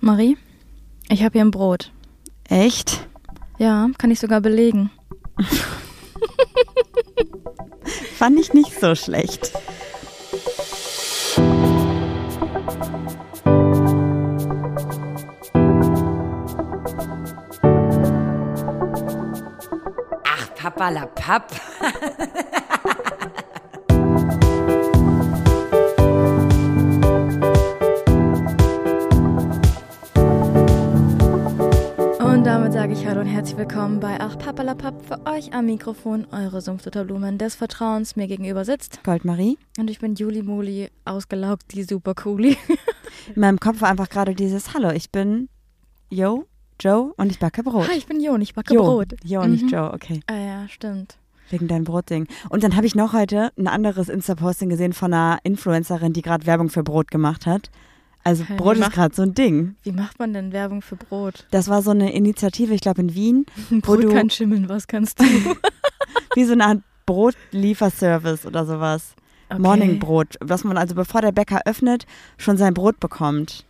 Marie, ich habe hier ein Brot. Echt? Ja, kann ich sogar belegen. Fand ich nicht so schlecht. Ach, Papalapap. Und damit sage ich Hallo und herzlich willkommen bei Ach Papalapap für euch am Mikrofon, eure Sumpfdutterblumen des Vertrauens. Mir gegenüber sitzt. Goldmarie? Und ich bin Juli Muli, ausgelaugt, die super cooli. In meinem Kopf war einfach gerade dieses Hallo, ich bin Yo, Joe und ich backe Brot. Hi, ich bin Jo und ich backe Jo. Brot. Jo, Mhm. nicht Joe, okay. Ah ja, stimmt. Wegen deinem Brotding. Und dann habe ich noch heute ein anderes Insta-Posting gesehen von einer Influencerin, die gerade Werbung für Brot gemacht hat. Also Hey, Brot ist mach- gerade so ein Ding. Wie macht man denn Werbung für Brot? Das war so eine Initiative, ich glaube in Wien, Ein Wo Brot du- kann schimmeln, was kannst du? wie so eine Art Brotlieferservice oder sowas. Okay. Morningbrot, was man also bevor der Bäcker öffnet, schon sein Brot bekommt.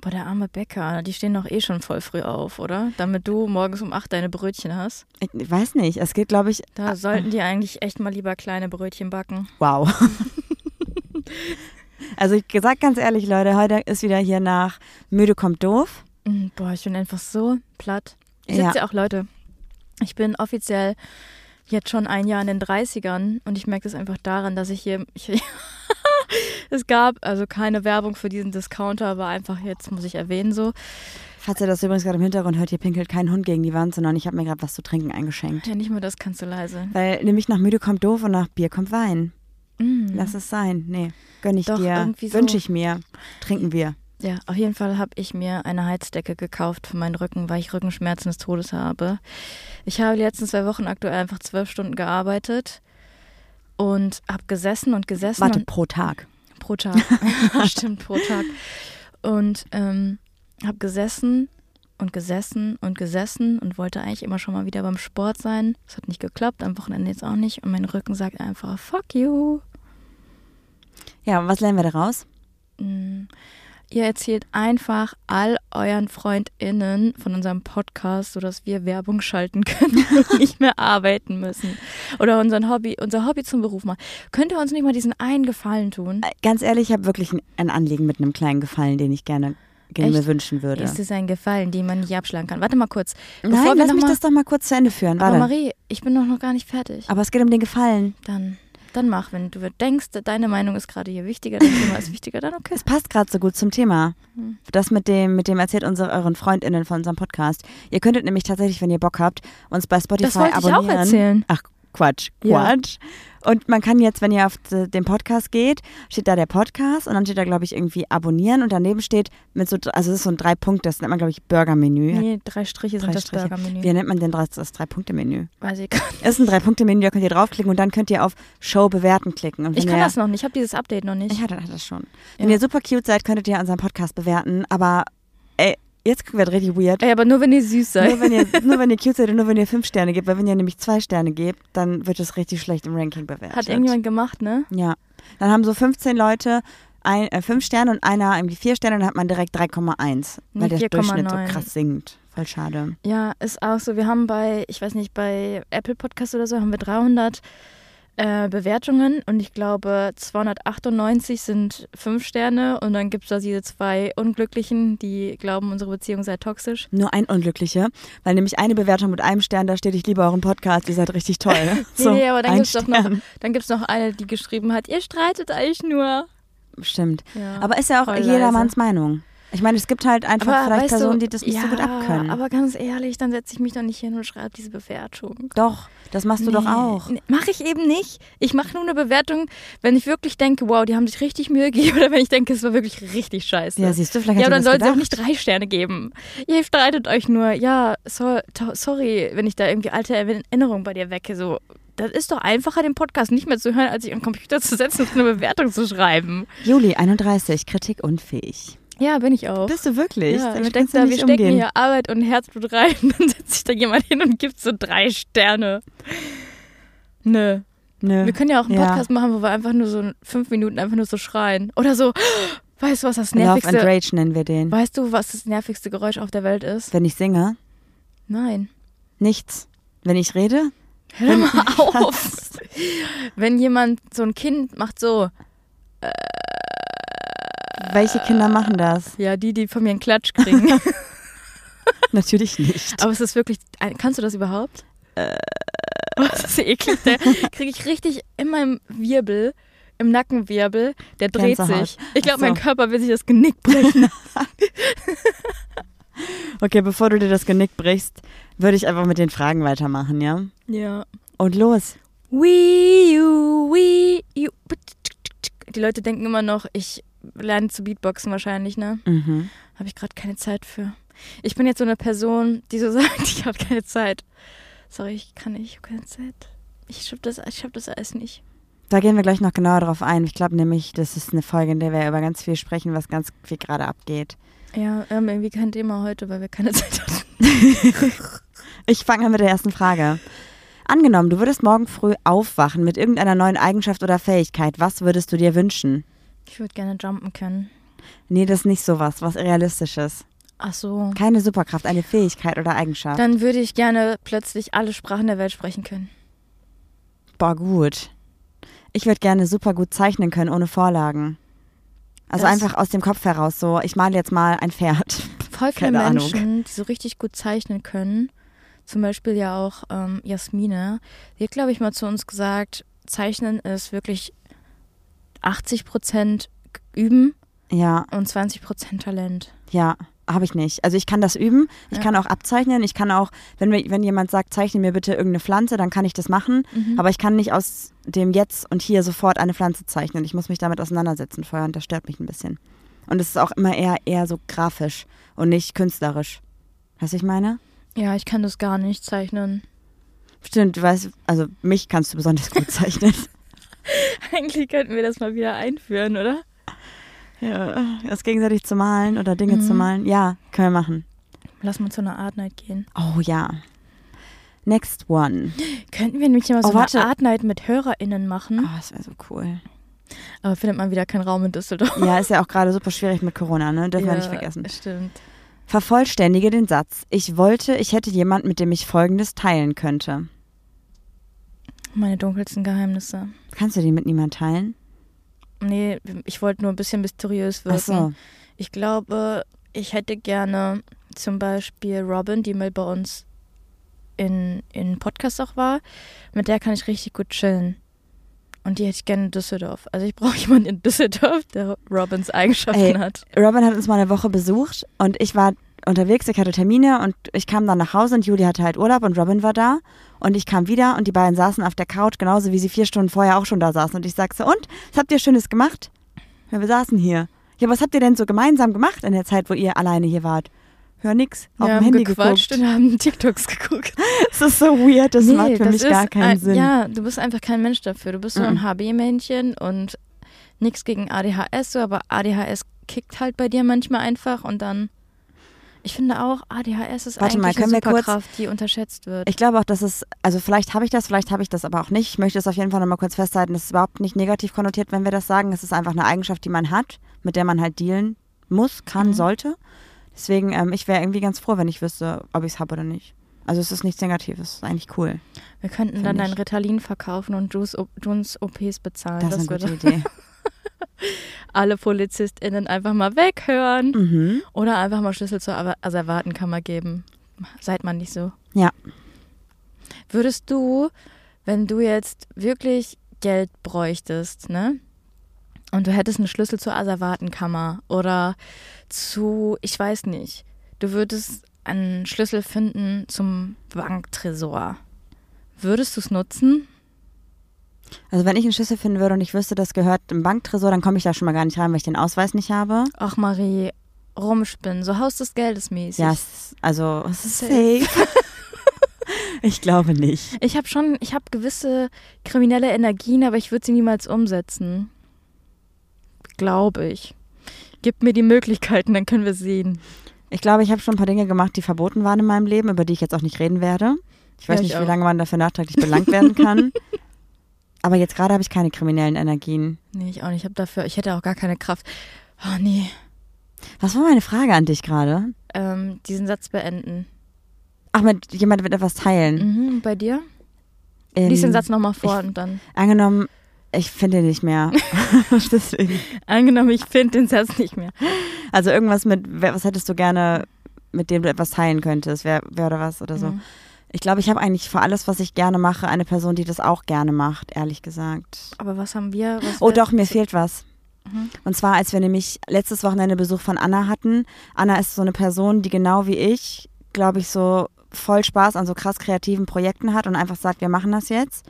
Boah, der arme Bäcker, die stehen doch eh schon voll früh auf, oder? Damit du morgens um 8 deine Brötchen hast. Ich ich weiß nicht, es geht glaube ich, ah, Da sollten die eigentlich echt mal lieber kleine Brötchen backen. wow. also ich gesagt ganz ehrlich, Leute, heute ist wieder hier nach müde kommt doof. Mm, Boah, ich bin einfach so platt. Ich Ja. sitze ja auch, Leute. Ich bin offiziell jetzt schon ein Jahr in den 30ern und ich merke das einfach daran, dass ich hier. Ich, es gab also keine Werbung für diesen Discounter, aber einfach jetzt muss ich erwähnen so. Falls ihr das übrigens gerade im Hintergrund hört, hier pinkelt kein Hund gegen die Wand, sondern ich habe mir gerade was zu trinken eingeschenkt. Ja, nicht mal das kannst du leise. Weil nämlich nach müde kommt doof und nach Bier kommt Wein. Mm. Lass es sein. Nee, gönn ich Doch, dir. irgendwie so. Wünsche ich mir. Trinken wir. Ja, auf jeden Fall habe ich mir eine Heizdecke gekauft für meinen Rücken, weil ich Rückenschmerzen des Todes habe. Ich habe die letzten zwei Wochen aktuell einfach zwölf Stunden gearbeitet und habe gesessen und gesessen. Warte, und pro Tag. Pro Tag. Stimmt, pro Tag. Und ähm, habe gesessen und gesessen und gesessen und wollte eigentlich immer schon mal wieder beim Sport sein. Es hat nicht geklappt, am Wochenende jetzt auch nicht. Und mein Rücken sagt einfach, fuck you. Ja, und was lernen wir daraus? Mm. Ihr erzählt einfach all euren FreundInnen von unserem Podcast, sodass wir Werbung schalten können und nicht mehr arbeiten müssen. Oder unseren Hobby, unser Hobby zum Beruf machen. Könnt ihr uns nicht mal diesen einen Gefallen tun? Äh, Ganz ehrlich, ich habe wirklich ein- ein Anliegen mit einem kleinen Gefallen, den ich gerne den Echt? mir wünschen würde. Ist es ein Gefallen, den man nicht abschlagen kann? Warte mal kurz. Äh, Nein, lass noch mich mal, das doch mal kurz zu Ende führen. Aber Warte. Marie, ich bin doch noch gar nicht fertig. aber es geht um den Gefallen. Dann, dann mach, wenn du denkst, deine Meinung ist gerade hier wichtiger, dein Thema ist wichtiger, dann okay. Es passt gerade so gut zum Thema. Hm. Das mit dem, mit dem erzählt unsere euren FreundInnen von unserem Podcast. Ihr könntet nämlich tatsächlich, wenn ihr Bock habt, uns bei Spotify Das wollte ich auch abonnieren. erzählen. Ach, Quatsch, Ja. Quatsch. Und man kann jetzt, wenn ihr auf de- den Podcast geht, steht da der Podcast und dann steht da, glaube ich, irgendwie abonnieren und daneben steht mit so, also es ist so ein Drei-Punkt, das nennt man, glaube ich, Burger-Menü. Nee, drei Striche sind Drei das Striche. Burgermenü. Wie nennt man denn das, das Drei-Punkte-Menü? Weiß ich gar nicht. Es ist ein Drei-Punkte-Menü, da könnt ihr draufklicken und dann könnt ihr auf Show bewerten klicken. Und wenn Ich kann ihr, das noch nicht, ich habe dieses Update noch nicht. Ich hatte, hatte das schon. Wenn Ja. ihr super cute seid, könntet ihr unseren Podcast bewerten, aber ey, jetzt wird richtig weird. Ey, aber nur wenn ihr süß seid. Nur wenn, ihr, nur wenn ihr cute seid und nur wenn ihr fünf Sterne gebt, weil wenn ihr nämlich zwei Sterne gebt, dann wird es richtig schlecht im Ranking bewertet. Hat irgendjemand gemacht, ne? Ja. Dann haben so 15 Leute ein, äh, fünf Sterne und einer irgendwie vier Sterne und dann hat man direkt 3,1, weil Nee, der Durchschnitt so 4,9. krass sinkt. Voll schade. Ja, ist auch so. Wir haben bei, ich weiß nicht, bei Apple Podcast oder so haben wir 300 äh, Bewertungen und ich glaube 298 sind 5 Sterne und dann gibt es da diese zwei Unglücklichen, die glauben, unsere Beziehung sei toxisch. Nur ein Unglücklicher, weil nämlich eine Bewertung mit einem Stern, da steht, ich liebe euren Podcast, ihr seid richtig toll. So, nee, nee, aber dann ein gibt es doch noch, Stern. dann gibt's noch eine, die geschrieben hat, ihr streitet eigentlich nur. Stimmt. Ja, aber ist ja auch voll jedermanns Meinung. Ich meine, es gibt halt einfach Aber vielleicht weißt du, Personen, die das nicht ja, so gut abkönnen. aber ganz ehrlich, dann setze ich mich doch nicht hin und schreibe diese Bewertung. doch, das machst du doch auch. Nee, Mache ich eben nicht. Ich mache nur eine Bewertung, wenn ich wirklich denke, wow, die haben sich richtig Mühe gegeben oder wenn ich denke, es war wirklich richtig scheiße. Ja, siehst du, vielleicht Ja, hat aber sie dann das soll sie auch gedacht. nicht drei Sterne geben. Ihr streitet euch nur. Ja, so, to, sorry, wenn ich da irgendwie alte Erinnerungen bei dir wecke. So, das ist doch einfacher, den Podcast nicht mehr zu hören, als sich an den Computer zu setzen und eine Bewertung zu schreiben. Juli 31, Kritik unfähig. Ja, bin ich auch. Bist du wirklich? ja, Damit ich denke, kannst du da, wir nicht stecken umgehen. hier Arbeit und Herzblut rein. Dann setzt sich da jemand hin und gibt so drei Sterne. Nö. Nö. Wir können ja auch einen Ja. Podcast machen, wo wir einfach nur so fünf Minuten einfach nur so schreien. Oder so, Weißt du, was das Love and nervigste... Rage nennen wir den. Weißt du, äh, was das nervigste Geräusch auf der Welt ist? Wenn ich singe, Nein. nichts. Wenn ich rede, Hör mal auf. Wenn jemand, so ein Kind macht so, welche Kinder machen das? ja, die, die von mir einen Klatsch kriegen. Natürlich nicht. Aber es ist wirklich, kannst du das überhaupt? Äh. Oh, das ist eklig. Da kriege ich richtig in meinem Wirbel, im Nackenwirbel, der dreht Gänsehaut. sich. Ich glaube, Ach so. mein Körper will sich das Genick brechen. Okay, bevor du dir das Genick brichst, würde ich einfach mit den Fragen weitermachen, ja? ja. Und los. Wee you, wee you. Die Leute denken immer noch, ich lerne zu Beatboxen wahrscheinlich, ne? Mhm. Habe ich gerade keine Zeit für. Ich bin jetzt so eine Person, die so sagt, ich habe keine Zeit. Sorry, ich kann nicht, ich habe keine Zeit. Ich schaff das, ich schaff das alles nicht. Da gehen wir gleich noch genauer drauf ein. Ich glaube nämlich, das ist eine Folge, in der wir über ganz viel sprechen, was ganz viel gerade abgeht. Ja, wir haben irgendwie kein Thema heute, weil wir keine Zeit hatten. Ich fange an mit der ersten Frage. Angenommen, du würdest morgen früh aufwachen mit irgendeiner neuen Eigenschaft oder Fähigkeit. Was würdest du dir wünschen? Ich würde gerne jumpen können. Nee, das ist nicht sowas, was Realistisches. Ach so. Keine Superkraft, eine Fähigkeit oder Eigenschaft. Dann würde ich gerne plötzlich alle Sprachen der Welt sprechen können. Boah, gut. Ich würde gerne super gut zeichnen können, ohne Vorlagen. Also Das- einfach aus dem Kopf heraus, so, ich male jetzt mal ein Pferd. Voll viele Keine Ahnung. Menschen, die so richtig gut zeichnen können, zum Beispiel ja auch ähm, Jasmine, die hat, glaube ich, mal zu uns gesagt, Zeichnen ist wirklich 80 Prozent üben Ja, und 20 Prozent Talent. ja, habe ich nicht. Also ich kann das üben, ich Ja. kann auch abzeichnen, ich kann auch, wenn, mir- wenn jemand sagt, zeichne mir bitte irgendeine Pflanze, dann kann ich das machen. Aber ich kann nicht aus dem Jetzt und Hier sofort eine Pflanze zeichnen. Ich muss mich damit auseinandersetzen vorher und das stört mich ein bisschen. Und es ist auch immer eher, eher so grafisch und nicht künstlerisch. Weißt du, was ich meine? Ja, ich kann das gar nicht zeichnen. Stimmt, du weißt, also mich kannst du besonders gut zeichnen. Eigentlich könnten wir das mal wieder einführen, oder? Ja, das gegenseitig zu malen oder Dinge zu malen. Ja, können wir machen. Lass mal zu einer Art Night gehen. Oh ja. Next one. Könnten wir nämlich mal so Oh, warte. eine Art Night mit HörerInnen machen? Oh, das wäre so cool. Aber findet man wieder keinen Raum in Düsseldorf. Ja, ist ja auch gerade super schwierig mit Corona, ne? Dürfen wir nicht Ja, vergessen. Stimmt. Vervollständige den Satz. Ich wollte, ich hätte jemanden, mit dem ich Folgendes teilen könnte. Meine dunkelsten Geheimnisse. Kannst du die mit niemand teilen? Nee, ich wollte nur ein bisschen mysteriös wirken. Ach so. Ich glaube, ich hätte gerne zum Beispiel Robin, die mal bei uns in, in Podcast auch war. Mit der kann ich richtig gut chillen. Und die hätte ich gerne in Düsseldorf. Also ich brauche jemanden in Düsseldorf, der Robins Eigenschaften Ey. hat. Robin hat uns mal eine Woche besucht und ich war unterwegs, ich hatte Termine und ich kam dann nach Hause und Juli hatte halt Urlaub und Robin war da und ich kam wieder und die beiden saßen auf der Couch, genauso wie sie vier Stunden vorher auch schon da saßen und ich sagte so, und, was habt ihr Schönes gemacht? Ja, wir saßen hier. Ja, was habt ihr denn so gemeinsam gemacht in der Zeit, wo ihr alleine hier wart? Hör nix, Wir auf dem haben Handy gequatscht geguckt. und haben TikToks geguckt. Das ist so weird, das Nee, macht für mich ist gar keinen ein, Sinn. Ja, du bist einfach kein Mensch dafür. Du bist so Mhm. ein HB-Männchen und nichts gegen ADHS, so, aber ADHS kickt halt bei dir manchmal einfach und dann. Ich finde auch, ADHS ist Warte eigentlich mal, können eine wir kurz- Superkraft, die unterschätzt wird. Ich glaube auch, dass es, also vielleicht habe ich das, vielleicht habe ich das aber auch nicht. Ich möchte es auf jeden Fall nochmal kurz festhalten. Es ist überhaupt nicht negativ konnotiert, wenn wir das sagen. Es ist einfach eine Eigenschaft, die man hat, mit der man halt dealen muss, kann, Mhm. sollte. Deswegen, ähm, ich wäre irgendwie ganz froh, wenn ich wüsste, ob ich es habe oder nicht. Also es ist nichts Negatives, es ist eigentlich cool. wir könnten dann finde dein ich. Ritalin verkaufen und Junes O- Junes OPs bezahlen. Das, Das, ist eine gute würde Idee. alle PolizistInnen einfach mal weghören. Mhm. Oder einfach mal Schlüssel zur Ava- Asservatenkammer geben. Seid man nicht so. Ja. Würdest du, wenn du jetzt wirklich Geld bräuchtest, ne? Und du hättest einen Schlüssel zur Asservatenkammer oder zu, ich weiß nicht, du würdest einen Schlüssel finden zum Banktresor. Würdest du es nutzen? Also wenn ich einen Schlüssel finden würde und ich wüsste, das gehört im Banktresor, dann komme ich da schon mal gar nicht rein, weil ich den Ausweis nicht habe. Ach Marie, rumspinnen, so Haus des Geldes mäßig. Ja, es, also es ist Safe. safe. ich glaube nicht. Ich habe schon, ich habe gewisse kriminelle Energien, aber ich würde sie niemals umsetzen. Glaube ich. Gib mir die Möglichkeiten, dann können wir sehen. Ich glaube, ich habe schon ein paar Dinge gemacht, die verboten waren in meinem Leben, über die ich jetzt auch nicht reden werde. Ich weiß Ja, ich nicht, wie auch. lange man dafür nachträglich belangt werden kann. Aber jetzt gerade habe ich keine kriminellen Energien. Nee, ich auch nicht. Ich habe dafür, ich hätte auch gar keine Kraft. Oh nee. Was war meine Frage an dich gerade? Ähm, diesen Satz beenden. Ach, mit jemand wird etwas teilen. Mhm, bei dir? Ähm, Mhm. Lies den Satz nochmal vor und dann. Angenommen, ich finde ihn nicht mehr. Deswegen. Angenommen, ich finde den Satz nicht mehr. Also irgendwas mit, wer- was hättest du gerne, mit dem du etwas teilen könntest? Wer, wer oder was oder so? Mhm. Ich glaube, ich habe eigentlich für alles, was ich gerne mache, eine Person, die das auch gerne macht, ehrlich gesagt. Aber was haben wir? Was Oh wir- doch, mir fehlt was. Mhm. Und zwar, als wir nämlich letztes Wochenende Besuch von Anna hatten. Anna ist so eine Person, die genau wie ich, glaube ich, so voll Spaß an so krass kreativen Projekten hat und einfach sagt, wir machen das jetzt.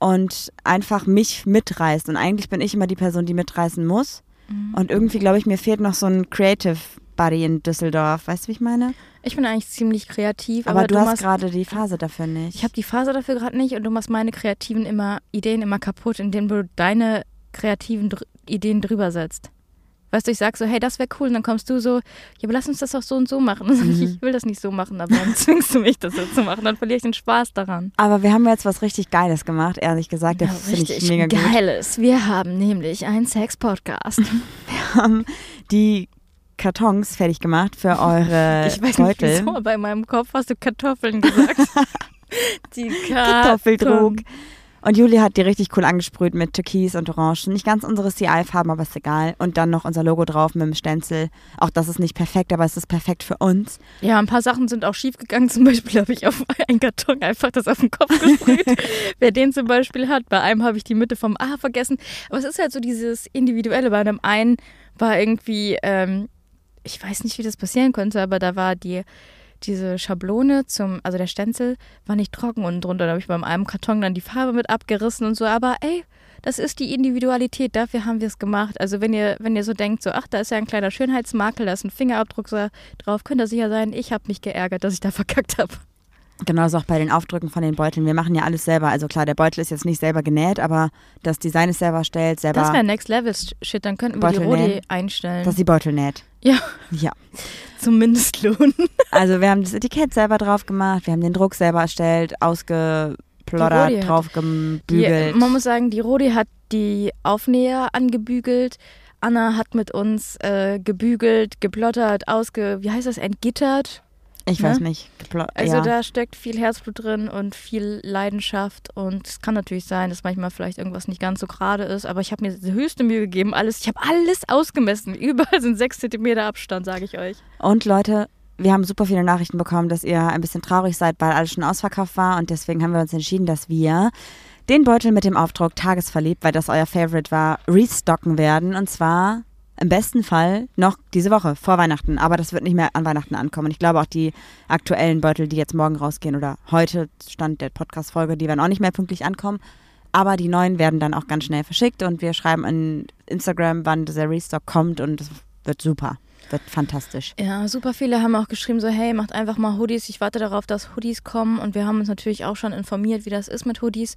Und einfach mich mitreißt. Und eigentlich bin ich immer die Person, die mitreißen muss. Mhm. Und irgendwie, glaube ich, mir fehlt noch so ein Creative Buddy in Düsseldorf. Weißt du, wie ich meine? Ich bin eigentlich ziemlich kreativ, Aber, aber, du hast machst, gerade die Phase dafür nicht. ich habe die Phase dafür gerade nicht und du machst meine kreativen immer Ideen immer kaputt, indem du deine kreativen dr Ideen drüber setzt. Weißt du, ich sag so, hey, das wäre cool, und dann kommst du so, ja, aber lass uns das auch so und so machen. Und dann sag Mhm. ich, ich will das nicht so machen, aber dann zwingst du mich, das so zu machen, dann verliere ich den Spaß daran. Aber wir haben jetzt was richtig Geiles gemacht, ehrlich gesagt. Das finde richtig ich mega gut. Äh, Geiles. Wir haben nämlich einen Sex-Podcast. haben die Kartons fertig gemacht für eure Ich weiß nicht Beutel. wieso, aber in meinem Kopf hast du Kartoffeln gesagt. die Kartoffeldruck. Kartoffeln. Und Juli hat die richtig cool angesprüht mit Türkis und Orangen. Nicht ganz unsere CI-Farben, aber ist egal. Und dann noch unser Logo drauf mit dem Stenzel. Auch das ist nicht perfekt, aber es ist perfekt für uns. Ja, ein paar Sachen sind auch schief gegangen. Zum Beispiel habe ich auf einen Karton einfach das auf den Kopf gesprüht. Wer den zum Beispiel hat, bei einem habe ich die Mitte vom A vergessen. Aber es ist halt so dieses Individuelle. Bei einem einen war irgendwie, ähm, ich weiß nicht, wie das passieren konnte, aber da war die diese Schablone zum, also der Stenzel war nicht trocken unten drunter. Da habe ich bei einem Karton dann die Farbe mit abgerissen und so. Aber ey, das ist die Individualität. Dafür haben wir es gemacht. Also wenn ihr, wenn ihr so denkt, so, ach, da ist ja ein kleiner Schönheitsmakel, da ist ein Fingerabdruck so drauf, könnt ihr sicher sein, ich habe mich geärgert, dass ich da verkackt habe. Genauso auch bei den Aufdrücken von den Beuteln. Wir machen ja alles selber. Also klar, der Beutel ist jetzt nicht selber genäht, aber das Design ist selber erstellt, selber, Das wäre Next Level Shit. Dann könnten wir die Bottle Rodi nähen. einstellen. dass die Beutel näht. ja, Ja. zum Mindestlohn. Also wir haben das Etikett selber drauf gemacht, wir haben den Druck selber erstellt, Die Rodi ausgeploddert, hat- draufgebügelt. Die, man muss sagen, die Rodi hat die Aufnäher angebügelt. Anna hat mit uns äh, gebügelt, geplottert, ausge... Wie heißt das? Entgittert. ich weiß ne? nicht. geplo- Also ja. da steckt viel Herzblut drin und viel Leidenschaft. Und es kann natürlich sein, dass manchmal vielleicht irgendwas nicht ganz so gerade ist. Aber ich habe mir die höchste Mühe gegeben. Alles, ich habe alles ausgemessen. Überall sind sechs Zentimeter Abstand, sage ich euch. Und Leute, wir haben super viele Nachrichten bekommen, dass ihr ein bisschen traurig seid, weil alles schon ausverkauft war. Und deswegen haben wir uns entschieden, dass wir den Beutel mit dem Aufdruck Tagesverliebt, weil das euer Favorite war, restocken werden. Und zwar im besten Fall noch diese Woche, vor Weihnachten. Aber das wird nicht mehr an Weihnachten ankommen. Und ich glaube auch die aktuellen Beutel, die jetzt morgen rausgehen oder heute Stand der Podcast-Folge, die werden auch nicht mehr pünktlich ankommen. Aber die neuen werden dann auch ganz schnell verschickt und wir schreiben in Instagram, wann dieser Restock kommt und es wird super. Wird fantastisch. Ja, super viele haben auch geschrieben, so hey, macht einfach mal Hoodies. Ich warte darauf, dass Hoodies kommen. Und wir haben uns natürlich auch schon informiert, wie das ist mit Hoodies.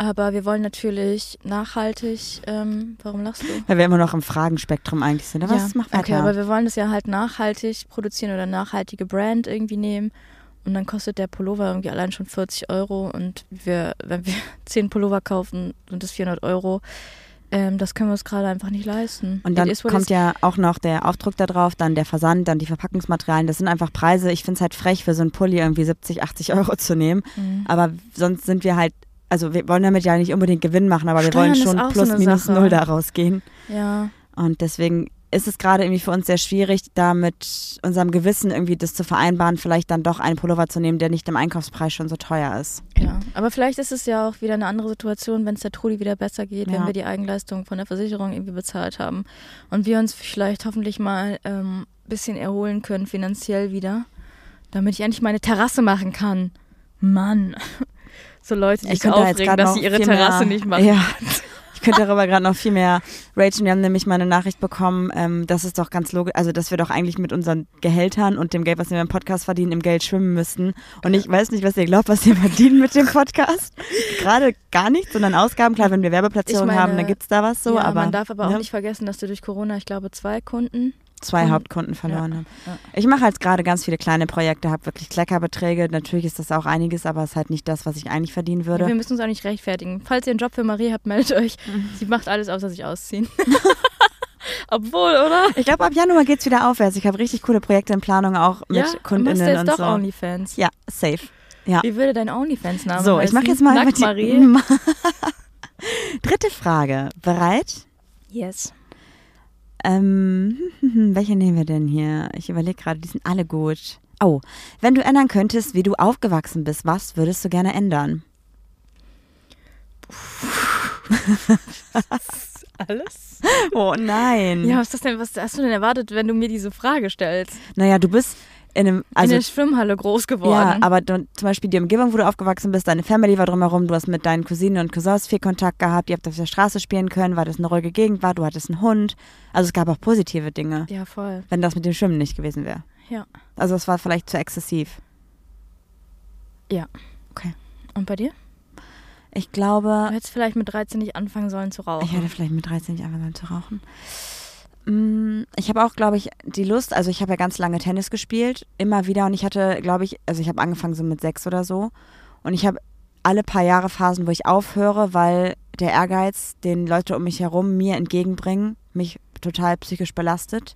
Aber wir wollen natürlich nachhaltig. Ähm, warum lachst du? Weil wir immer noch im Fragenspektrum eigentlich sind. Aber was macht okay, weiter? aber wir wollen das ja halt nachhaltig produzieren oder nachhaltige Brand irgendwie nehmen. Und dann kostet der Pullover irgendwie allein schon 40 Euro. Und wir, wenn wir 10 Pullover kaufen, sind das 400 Euro. Ähm, das können wir uns gerade einfach nicht leisten. und dann It is what it kommt ja auch noch der Aufdruck da drauf, dann der Versand, dann die Verpackungsmaterialien. Das sind einfach Preise. Ich finde es halt frech, für so einen Pulli irgendwie 70, 80 Euro zu nehmen. Mhm. Aber sonst sind wir halt, also wir wollen damit ja nicht unbedingt Gewinn machen, aber wir Steuern wollen ist schon auch so plus eine minus Sache. null daraus gehen. ist. Ja. Und deswegen ist es gerade irgendwie für uns sehr schwierig, da mit unserem Gewissen irgendwie das zu vereinbaren, vielleicht dann doch einen Pullover zu nehmen, der nicht im Einkaufspreis schon so teuer ist. Ja, aber vielleicht ist es ja auch wieder eine andere Situation, wenn es der Trudi wieder besser geht, wenn Ja. wir die Eigenleistung von der Versicherung irgendwie bezahlt haben und wir uns vielleicht hoffentlich mal ein ähm, bisschen erholen können finanziell wieder, damit ich endlich meine Terrasse machen kann. Mann, so Leute, die sich Ich könnte da jetzt aufregen, gerade dass noch sie ihre viel Terrasse mehr, nicht machen. Ja. Ich könnte darüber gerade noch viel mehr ragen. Wir haben nämlich mal eine Nachricht bekommen, ähm, dass es doch ganz logisch, also dass wir doch eigentlich mit unseren Gehältern und dem Geld, was wir im Podcast verdienen, im Geld schwimmen müssten. Und ich weiß nicht, was ihr glaubt, was wir verdienen mit dem Podcast. Gerade gar nichts, sondern Ausgaben. Klar, wenn wir Werbeplatzierung Ich meine, haben, dann gibt es da was so. ja, aber man darf aber auch ne, nicht vergessen, dass du durch Corona, ich glaube, zwei Kunden. zwei Hauptkunden verloren haben. ja. Ich mache halt gerade ganz viele kleine Projekte, habe wirklich Kleckerbeträge. Natürlich ist das auch einiges, aber es ist halt nicht das, was ich eigentlich verdienen würde. Wir müssen uns auch Mhm. nicht rechtfertigen. Falls ihr einen Job für Marie habt, meldet euch. Sie macht alles aus, was ich ausziehen. Obwohl, oder? Ich glaube, ab Januar geht's wieder aufwärts. Ich habe richtig coole Projekte in Planung, auch mit ja, machst du KundInnen jetzt und doch so. OnlyFans. Ja, safe. Ja. Wie würde dein OnlyFans-Name So, ich heißen? mache jetzt mal Nackt einfach Mhm. Marie. die dritte Frage. Bereit? Yes. Ähm, welche nehmen wir denn hier? Ich überlege gerade, die sind alle gut. Oh, wenn du ändern könntest, wie du aufgewachsen bist, was würdest du gerne ändern? Alles? Oh nein. Ja, was ist das denn? Was hast du denn erwartet, wenn du mir diese Frage stellst? Naja, du bist in einem. Also, In der Schwimmhalle groß ja, geworden. aber du, zum Beispiel die Umgebung, wo du aufgewachsen bist, deine Family war drumherum, du hast mit deinen Cousinen und Cousins viel Kontakt gehabt, ihr habt auf der Straße spielen können, weil das eine ruhige Gegend war, du hattest einen Hund. Also es gab auch positive Dinge, ja, voll. wenn das mit dem Schwimmen nicht gewesen wäre. Ja. Also es war vielleicht zu exzessiv. Ja. Okay. Und bei dir? Ich glaube, Du hättest vielleicht mit 13 nicht anfangen sollen zu Ich rauchen. hätte vielleicht mit 13 nicht angefangen zu rauchen. Mm, Ich habe auch, glaube ich, die Lust, also ich habe ja ganz lange Tennis gespielt, immer wieder und ich hatte, glaube ich, also ich habe angefangen so mit sechs oder so und ich habe alle paar Jahre Phasen, wo ich aufhöre, weil der Ehrgeiz, den Leute um mich herum mir entgegenbringen, mich total psychisch belastet,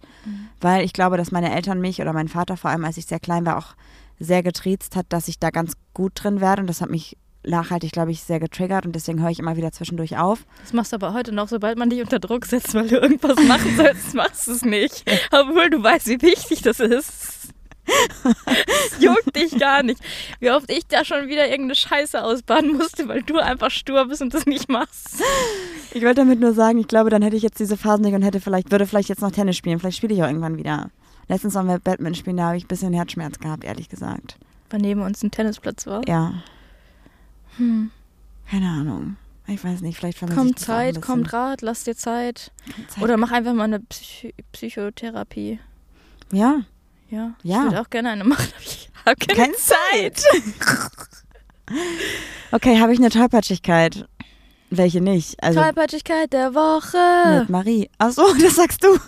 weil ich glaube, dass meine Eltern mich oder mein Vater vor allem, als ich sehr klein war, auch sehr getriezt hat, dass ich da ganz gut drin werde und das hat mich nachhaltig, glaube ich, sehr getriggert und deswegen höre ich immer wieder zwischendurch auf. Das machst du aber heute noch, sobald man dich unter Druck setzt, weil du irgendwas machen sollst, machst du es nicht. Obwohl du weißt, wie wichtig das ist. Es juckt dich gar nicht. Wie oft ich da schon wieder irgendeine Scheiße ausbaden musste, weil du einfach stur bist und das nicht machst. Ich wollte damit nur sagen, ich glaube, dann hätte ich jetzt diese Phasen nicht und hätte vielleicht, würde vielleicht jetzt noch Tennis spielen. Vielleicht spiele ich auch irgendwann wieder. Letztens waren wir Badminton spielen, da habe ich ein bisschen Herzschmerz gehabt, ehrlich gesagt. Weil neben uns ein Tennisplatz war. Ja. Keine Ahnung. Ich weiß nicht, vielleicht vermisse ich Kommt das auch ein Zeit, bisschen. kommt Rat, lass dir Zeit. Zeit. Oder mach einfach mal eine Psych Psychotherapie. Ja, Ja. Ich Ja. würde auch gerne eine machen, aber ich habe keine, keine Zeit. okay, habe ich eine Tollpatschigkeit? Welche nicht? Also Tollpatschigkeit der Woche. mit Marie. Achso, das sagst du.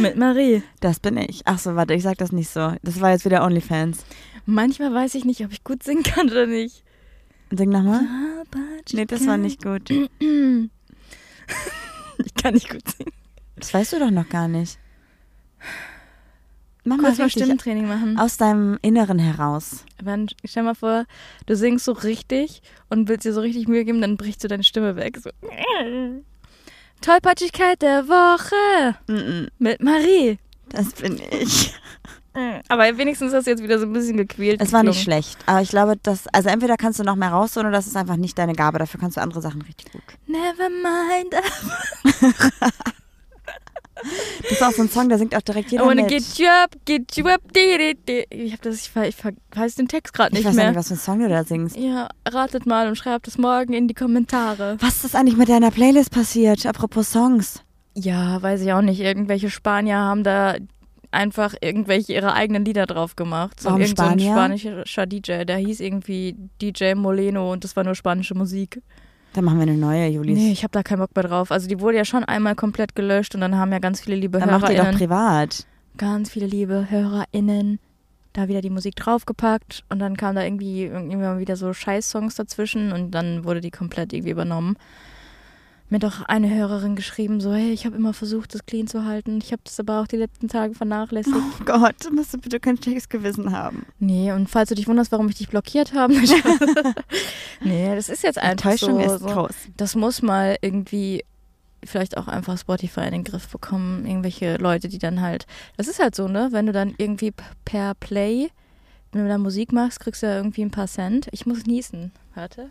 Mit Marie. Das bin ich. Achso, warte, ich sag das nicht so. Das war jetzt wieder Onlyfans. Manchmal weiß ich nicht, ob ich gut singen kann oder nicht. Sing nochmal. Tollpatschigkeit. Nee, das war nicht gut. ich kann nicht gut singen. Das weißt du doch noch gar nicht. Mach mal Kurz mal richtig Stimmtraining machen. aus deinem Inneren heraus. Wenn, stell mal vor, du singst so richtig und willst dir so richtig Mühe geben, dann brichst du deine Stimme weg. So. Tollpatschigkeit der Woche mit Marie. Das bin ich. Aber wenigstens hast du jetzt wieder so ein bisschen gequält. Mm. Es war nicht geklungen. schlecht, aber ich glaube, dass also entweder kannst du noch mehr rausholen oder das ist einfach nicht deine Gabe. Dafür kannst du andere Sachen richtig gut. Never mind. Das ist auch so ein Song, da singt auch direkt I jeder wanna mit. Oh, get you up, get you up. di, di, di. Ich hab das, ich, ver- ich ver- weiß den Text gerade ich nicht weiß mehr. nicht, was für ein Song du da singst. Ja, ratet mal und schreibt es morgen in die Kommentare. Was ist eigentlich mit deiner Playlist passiert? Apropos Songs. Ja, weiß ich auch nicht. Irgendwelche Spanier haben da einfach irgendwelche ihre eigenen Lieder drauf gemacht. So Warum irgend so ein Spanier? spanischer DJ, der hieß irgendwie DJ Moleno und das war nur spanische Musik. Dann machen wir eine neue, Julis. Nee, ich habe da keinen Bock mehr drauf. Also die wurde ja schon einmal komplett gelöscht und dann haben ja ganz viele liebe Dann mach die doch HörerInnen, privat. ganz viele liebe HörerInnen da wieder die Musik draufgepackt und dann kam da irgendwie irgendwann wieder so Scheiß-Songs dazwischen und dann wurde die komplett irgendwie übernommen. Mir hat auch eine Hörerin geschrieben, so, hey, ich habe immer versucht, das clean zu halten. Ich habe das aber auch die letzten Tage vernachlässigt. Oh Gott, musst du bitte kein schlechtes Gewissen haben. Nee, und falls du dich wunderst, warum ich dich blockiert habe. nee, das ist jetzt einfach Enttäuschung so. ist so. groß. Das muss mal irgendwie vielleicht auch einfach Spotify in den Griff bekommen. Irgendwelche Leute, die dann halt. Das ist halt so, ne? Wenn du dann irgendwie p- per Play, wenn du dann Musik machst, kriegst du ja irgendwie ein paar Cent. Ich muss niesen. Warte.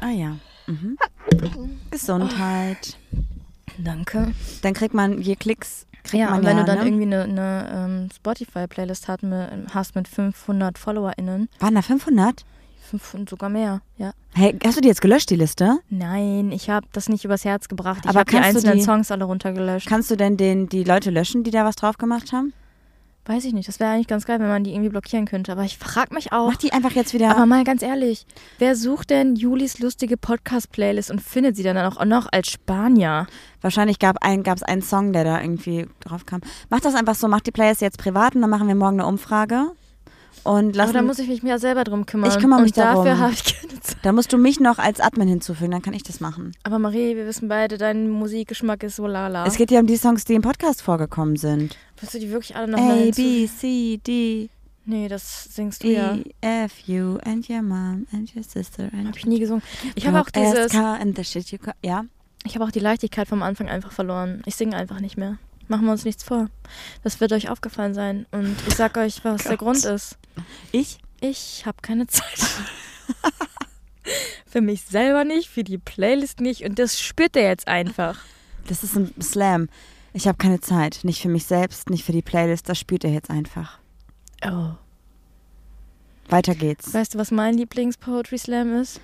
Ah ja. Mhm. Gesundheit. Danke. Dann kriegt man je Klicks. Kriegt Ja, man und wenn ja, du dann ne? irgendwie eine, eine ähm, Spotify-Playlist hat mit- hast mit 500 FollowerInnen, Waren da 500? 500 sogar mehr, ja. Hey, hast du die jetzt gelöscht, die Liste? Nein, ich habe das nicht übers Herz gebracht. Ich Aber habe die kannst du einzelnen die- Songs alle runtergelöscht. Kannst du denn den, die Leute löschen, die da was drauf gemacht haben? Weiß ich nicht. Das wäre eigentlich ganz geil, wenn man die irgendwie blockieren könnte. Aber ich frage mich auch. Mach die einfach jetzt wieder. Aber mal ganz ehrlich, wer sucht denn Julis lustige Podcast-Playlist und findet sie dann auch noch als Spanier? Wahrscheinlich gab es ein, gab's einen Song, der da irgendwie drauf kam. Mach das einfach so, mach die Players jetzt privat und dann machen wir morgen eine Umfrage. Und Aber da lassen, muss ich mich ja selber drum kümmern. Ich kümmere mich und dafür darum. habe ich keine Zeit. da musst du mich noch als Admin hinzufügen, dann kann ich das machen. Aber Marie, wir wissen beide, dein Musikgeschmack ist so lala. Es geht ja um die Songs, die im Podcast vorgekommen sind. Willst du die wirklich alle nochmal A, hinzu? B, C, D, Nee, das singst du E, ja. F, you and your mom and your sister and Hab ich nie gesungen. Ich habe auch Don't ask dieses, her and the shit you ca- ja. ich habe auch die Leichtigkeit vom Anfang einfach verloren. Ich singe einfach nicht mehr. Machen wir uns nichts vor. Das wird euch aufgefallen sein. Und ich sag euch, was der Gott. Grund ist. Ich? Ich habe keine Zeit. für mich selber nicht, für die Playlist nicht. Und das spürt er jetzt einfach. Das ist ein Slam. Ich habe keine Zeit. Nicht für mich selbst, nicht für die Playlist. Das spielt er jetzt einfach. Oh. Weiter geht's. Weißt du, was mein Lieblings-Poetry Slam ist?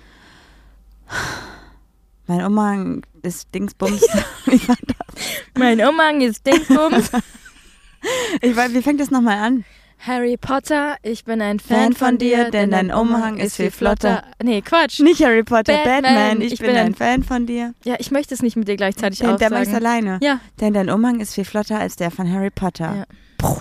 Mein Umhang ist Dingsbums. ich weiß, Mein Umhang ist Dingsbums. ich weiß, wie fängt das nochmal an? Harry Potter, ich bin ein Fan, von dir, denn dein Umhang ist viel flotter. Nee, Quatsch. Nicht Harry Potter, Batman. Batman. Ich, bin ein Fan von dir. Ja, ich möchte es nicht mit dir gleichzeitig Der, der macht's aufsagen. alleine. Ja, Denn dein Umhang ist viel flotter als der von Harry Potter. Ja. Puh.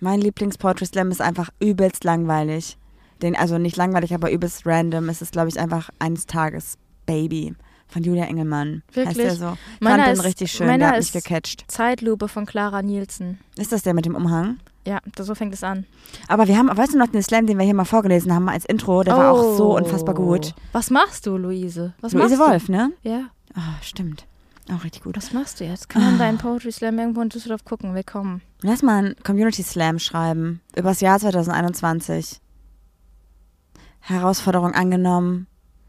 Mein Lieblings-Poetry Slam ist einfach übelst langweilig. Den, also nicht langweilig, aber übelst random. Es ist, glaube ich, einfach eines Tages Baby von Julia Engelmann. Heißt Wirklich? der so. Meiner Fand ist- den richtig schön, meiner der hat mich ist- gecatcht. Zeitlupe von Clara Nielsen. Ist das der mit dem Umhang? Ja, da- so fängt es an. Aber wir haben, weißt du noch, den Slam, den wir hier mal vorgelesen haben als Intro, der war auch so unfassbar gut. Oh. Was machst du, Luise? Was Luise machst Wolf, ne? du? Ja, Ah, stimmt. Auch richtig gut. was machst du jetzt? Kann man deinen Poetry Slam irgendwo in Düsseldorf gucken? Willkommen. Lass mal einen Community Slam schreiben. Übers Jahr 2021. Herausforderung angenommen.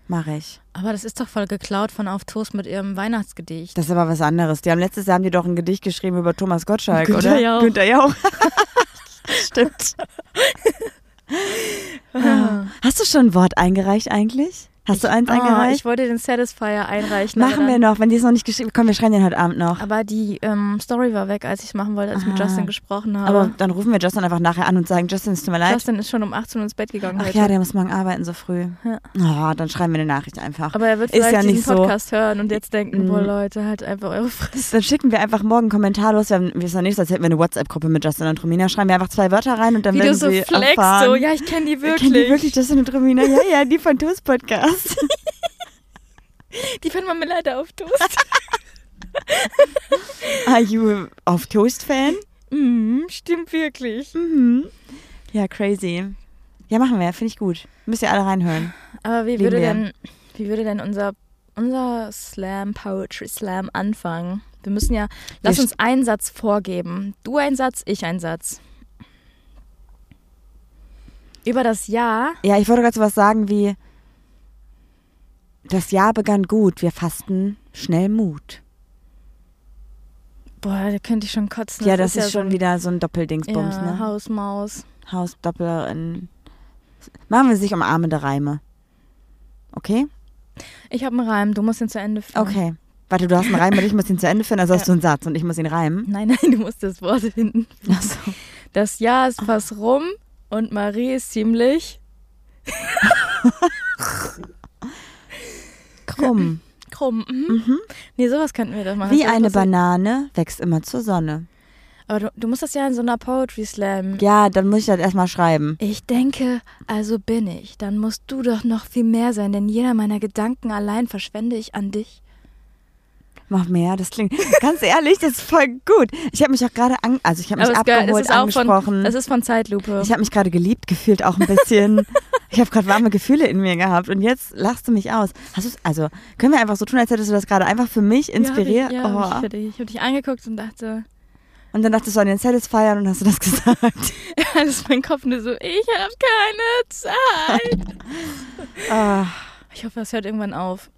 Mache ich. Aber das ist doch voll geklaut von Auf Toast mit ihrem Weihnachtsgedicht. Das ist aber was anderes. Die haben letztes Jahr haben die doch ein Gedicht geschrieben über Thomas Gottschalk, Günther oder? Jauch. Günther Jauch. Stimmt. Hast du schon ein Wort eingereicht eigentlich? Hast du eins Ah, ich eingereicht? wollte den Satisfier einreichen. aber Oh, Machen wir dann- noch, wenn die es noch nicht geschrieben Komm, wir schreiben den heute Abend noch. Aber die ähm, Story war weg, als ich es machen wollte, als ich mit Ah. Justin gesprochen Aber habe. dann rufen wir Justin einfach nachher an und sagen, Justin, es tut mir leid. Justin ist schon um 18 Uhr ins Bett gegangen Ach heute. ja, der muss morgen arbeiten so früh. Ja. Ah, dann schreiben wir eine Nachricht einfach. aber er wird Ist vielleicht ja nicht diesen so. Podcast hören und jetzt denken, Mm. boah Leute, halt einfach eure Fresse. Dann schicken wir einfach morgen kommentarlos. Wir haben wir ist ja nicht, so, als hätten wir eine WhatsApp-Gruppe mit Justin und Romina. Schreiben wir einfach zwei Wörter rein und dann Wie werden du so sie flexst, erfahren. so, ja, ich kenne die wirklich. Kennen die wirklich Justin und Romina? Ja, ja, die von Toast Podcast. Die finden wir mir leider auf Toast. Are you auf Toast-Fan? mm, stimmt wirklich. Mhm. Ja, crazy. Ja, machen wir. Finde ich gut. Müsst ihr alle reinhören. Aber wie Lieben würde wir. denn, wie würde denn unser, unser Slam, Poetry Slam anfangen? Wir müssen ja, lass sch- uns einen Satz vorgeben. Du einen Satz, ich einen Satz. Über das Jahr Ja, ich wollte gerade so was sagen wie: Das Jahr begann gut. Wir fassten schnell Mut. Boah, da könnte ich schon kotzen. ja, das ist, ja schon so ein- wieder so ein Doppeldingsbums, ja, ne? Hausmaus. Hausdopplerin. Machen wir sich umarmende Reime. Okay? Ich habe einen Reim, du musst ihn zu Ende führen. Okay. Warte, du hast einen Reim und ich muss ihn zu Ende finden, also Ja. hast du einen Satz und ich muss ihn reimen. Nein, nein, du musst das Wort finden. Achso. Das Jahr ist fast rum und Marie ist ziemlich Krumm. krumm. Mhm. Nee, sowas könnten wir doch machen. Wie Das ist eine doch so- Banane wächst immer zur Sonne. Aber du, du musst das ja in so einer Poetry Slam. Ja, dann muss ich das erstmal schreiben. Ich denke, also bin ich. Dann musst du doch noch viel mehr sein, denn jeder meiner Gedanken allein verschwende ich an dich. Mach mehr, das klingt. Ganz ehrlich, das ist voll gut. Ich habe mich auch gerade an, also ich habe mich es ist geil, abgeholt, es ist auch von, angesprochen. es ist von Zeitlupe. ich habe mich gerade geliebt gefühlt, auch ein bisschen. ich habe gerade warme Gefühle in mir gehabt und jetzt lachst du mich aus. Hast du's, also können wir einfach so tun, als hättest du das gerade einfach für mich inspiriert? Ja, hab ich, ja, hab ich, oh. für dich. ich habe dich angeguckt und dachte, Und dann dachtest du an den Satisfier und hast du das gesagt. alles mein Kopf nur so, ich habe keine Zeit. Ah. Ich hoffe, das hört irgendwann auf.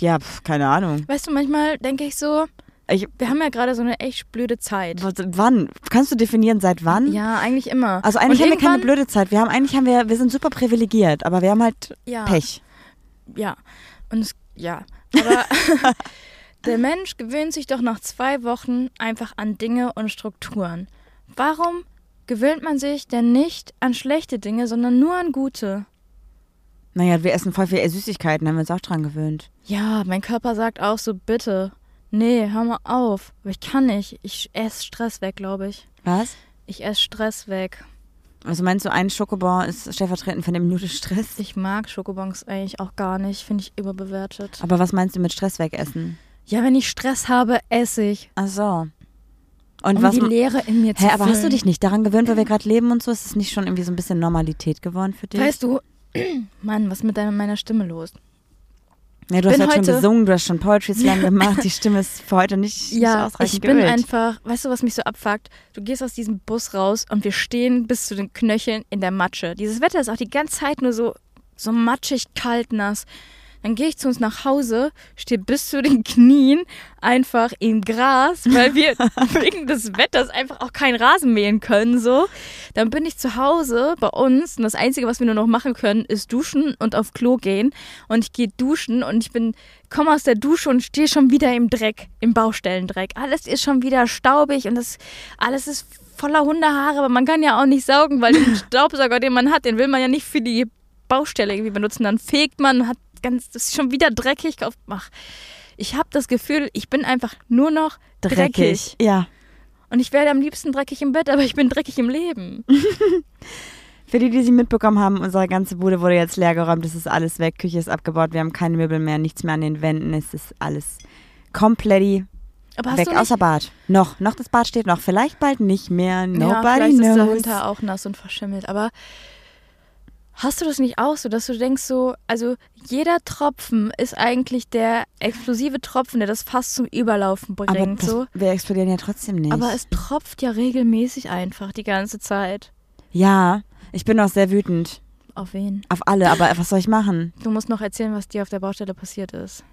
Ja, pf, keine Ahnung. Weißt du, manchmal denke ich so, Ich, wir haben ja gerade so eine echt blöde Zeit. was, wann? Kannst du definieren, seit wann? Ja, eigentlich immer. Also eigentlich Und haben wir keine irgendwann- blöde Zeit. Wir haben eigentlich haben wir, wir sind super privilegiert, aber wir haben halt ja, Pech. Ja. Und es, ja. Aber der Mensch gewöhnt sich doch nach zwei Wochen einfach an Dinge und Strukturen. Warum gewöhnt man sich denn nicht an schlechte Dinge, sondern nur an gute? Naja, wir essen voll viel äh, Süßigkeiten, haben wir uns auch dran gewöhnt. Ja, mein Körper sagt auch so, bitte. Nee, hör mal auf. Aber ich kann nicht. Ich esse Stress weg, glaube ich. Was? Ich esse Stress weg. Also meinst du, ein Schokobon ist stellvertretend für eine Minute Stress? Ich mag Schokobons eigentlich auch gar nicht, finde ich überbewertet. Aber was meinst du mit Stress wegessen? Ja, wenn ich Stress habe, esse ich. Ach so. Und Um was die Leere in mir zu Hä, aber hast du füllen. dich nicht daran gewöhnt, weil wir gerade leben und so? Ist es nicht schon irgendwie so ein bisschen Normalität geworden für dich? Weißt du, Mann, was mit deiner, meiner Stimme los? ja, du hast bin halt schon heute- gesungen, du hast schon Poetry Slam gemacht. Die Stimme ist für heute nicht, nicht Ja, ausreichend ich bin geölt. einfach, weißt du, was mich so abfuckt? Du gehst aus diesem Bus raus und wir stehen bis zu den Knöcheln in der Matsche. Dieses Wetter ist auch die ganze Zeit nur so, so matschig, kalt, nass. Dann gehe ich zu uns nach Hause, stehe bis zu den Knien einfach im Gras, weil wir wegen des Wetters einfach auch keinen Rasen mähen können. So. Dann bin ich zu Hause bei uns und das Einzige, was wir nur noch machen können, ist duschen und auf Klo gehen. Und ich gehe duschen und ich bin, komme aus der Dusche und stehe schon wieder im Dreck, im Baustellendreck. Alles ist schon wieder staubig und das alles ist voller Hundehaare, aber man kann ja auch nicht saugen, weil den Staubsauger, den man hat, den will man ja nicht für die Baustelle irgendwie benutzen. Dann fegt man und hat ganz, das ist schon wieder dreckig. auf- Ach, ich habe das Gefühl, ich bin einfach nur noch dreckig. Ja. Und ich werde am liebsten dreckig im Bett, aber ich bin dreckig im Leben. Für die, die sie mitbekommen haben, unsere ganze Bude wurde jetzt leergeräumt. Es ist alles weg. Küche ist abgebaut. Wir haben keine Möbel mehr, nichts mehr an den Wänden. Es ist alles komplett Aber hast weg, du nicht, außer Bad. Noch, noch das Bad steht noch. Vielleicht bald nicht mehr. ja, Nobody vielleicht ist der knows. Winter auch nass und verschimmelt, aber hast du das nicht auch so, dass du denkst so, also jeder Tropfen ist eigentlich der explosive Tropfen, der das Fass zum Überlaufen bringt, aber das, so. wir explodieren ja trotzdem nicht. Aber es tropft ja regelmäßig einfach die ganze Zeit. ja, ich bin auch sehr wütend. Auf wen? Auf alle, aber was soll ich machen? Du musst noch erzählen, was dir auf der Baustelle passiert ist.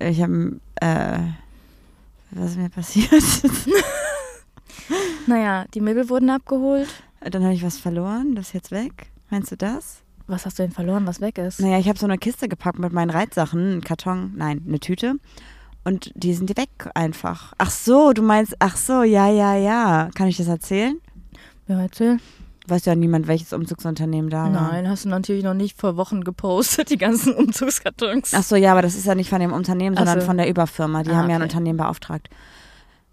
Ich habe, äh, was ist mir passiert? Naja, die Möbel wurden abgeholt. Dann habe ich was verloren, das ist jetzt weg. Meinst du das? Was hast du denn verloren, was weg ist? Naja, ich habe so eine Kiste gepackt mit meinen Reitsachen, einen Karton, nein, eine Tüte. Und die sind weg einfach. Ach so, du meinst, ach so, ja, ja, ja. Kann ich das erzählen? Ja, erzähl. Weiß ja niemand, welches Umzugsunternehmen da war. Nein, hast du natürlich noch nicht vor Wochen gepostet, die ganzen Umzugskartons. Ach so, ja, aber das ist ja nicht von dem Unternehmen, Ach sondern so. von der Überfirma. Die Ah, haben ja ein okay. Unternehmen beauftragt.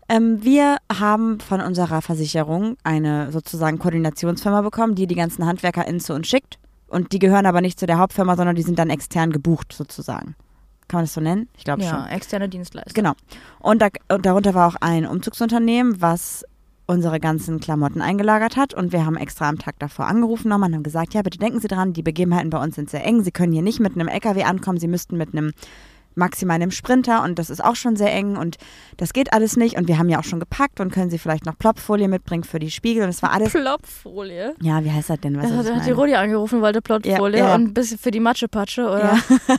Ähm, wir haben von unserer Versicherung eine sozusagen Koordinationsfirma bekommen, die die ganzen HandwerkerInnen zu uns schickt. Und die gehören aber nicht zu der Hauptfirma, sondern die sind dann extern gebucht sozusagen. Kann man das so nennen? Ich glaube schon. ja, externe Dienstleister. Genau. Und, da, und darunter war auch ein Umzugsunternehmen, was unsere ganzen Klamotten eingelagert hat. Und wir haben extra am Tag davor angerufen nochmal und haben gesagt, ja, bitte denken Sie dran, die Begebenheiten bei uns sind sehr eng. Sie können hier nicht mit einem LKW ankommen. Sie müssten mit einem maximal einem Sprinter und das ist auch schon sehr eng und das geht alles nicht. Und wir haben ja auch schon gepackt und können Sie vielleicht noch Plopfolie mitbringen für die Spiegel. Und es war alles... Plopfolie. Ja, wie heißt das denn? Was Das ist hat, das hat für die ein- Rodi angerufen, wollte Plopfolie Ja, ja. und ein bisschen für die Matschepatsche, oder? Ja.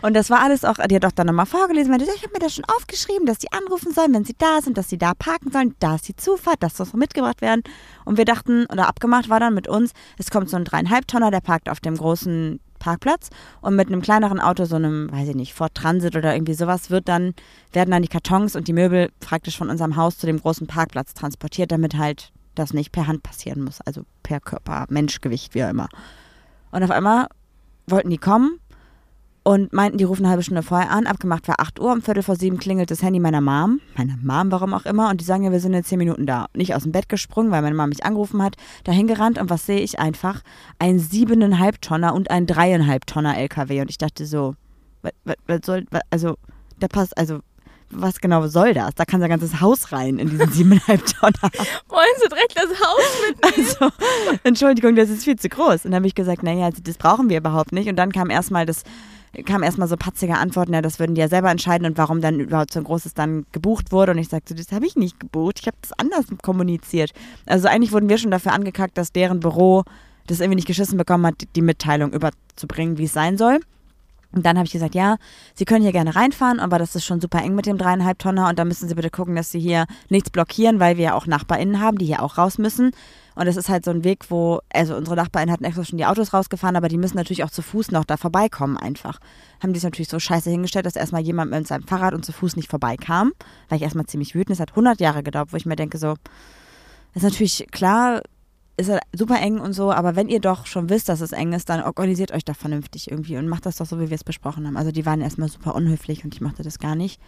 Und das war alles auch, die hat auch dann nochmal vorgelesen, meinte, ja, ich habe mir das schon aufgeschrieben, dass die anrufen sollen, wenn sie da sind, dass sie da parken sollen, da ist die Zufahrt, das muss noch mitgebracht werden. Und wir dachten, oder abgemacht war dann mit uns, es kommt so ein dreieinhalb Tonner, der parkt auf dem großen Parkplatz und mit einem kleineren Auto, so einem, weiß ich nicht, Ford Transit oder irgendwie sowas, wird dann, werden dann die Kartons und die Möbel praktisch von unserem Haus zu dem großen Parkplatz transportiert, damit halt das nicht per Hand passieren muss, also per Körper, Menschgewicht, wie auch immer. Und auf einmal wollten die kommen und meinten, die rufen eine halbe Stunde vorher an. Abgemacht war 8 Uhr, um Viertel vor sieben klingelt das Handy meiner Mom. Meiner Mom, warum auch immer. Und die sagen ja, wir sind in zehn Minuten da. Nicht aus dem Bett gesprungen, weil meine Mom mich angerufen hat. Dahin gerannt und was sehe ich einfach? Ein siebeneinhalb Tonner und ein dreieinhalb Tonner LKW. Und ich dachte so, was, was, was soll, wa- also, da passt, also, was genau soll das? Da kann sein ganzes Haus rein in diesen siebeneinhalb Tonner. Wollen sie direkt das Haus mit? Also, Entschuldigung, das ist viel zu groß. Und dann habe ich gesagt, naja, also das brauchen wir überhaupt nicht. Und dann kam erstmal das kam erstmal so patzige Antworten, ja, das würden die ja selber entscheiden und warum dann überhaupt so ein großes dann gebucht wurde. Und ich sagte, das habe ich nicht gebucht, ich habe das anders kommuniziert. Also eigentlich wurden wir schon dafür angekackt, dass deren Büro das irgendwie nicht geschissen bekommen hat, die Mitteilung überzubringen, wie es sein soll. Und dann habe ich gesagt, ja, Sie können hier gerne reinfahren, aber das ist schon super eng mit dem dreieinhalb Tonner und da müssen Sie bitte gucken, dass Sie hier nichts blockieren, weil wir ja auch NachbarInnen haben, die hier auch raus müssen. Und das ist halt so ein Weg, wo, also unsere NachbarInnen hatten extra schon die Autos rausgefahren, aber die müssen natürlich auch zu Fuß noch da vorbeikommen einfach. Haben die es natürlich so scheiße hingestellt, dass erstmal jemand mit seinem Fahrrad und zu Fuß nicht vorbeikam, weil ich erstmal ziemlich wütend, es hat 100 Jahre gedauert, wo ich mir denke so, ist natürlich klar, ist halt super eng und so, aber wenn ihr doch schon wisst, dass es eng ist, dann organisiert euch doch vernünftig irgendwie und macht das doch so, wie wir es besprochen haben. Also die waren erstmal super unhöflich und ich machte das gar nicht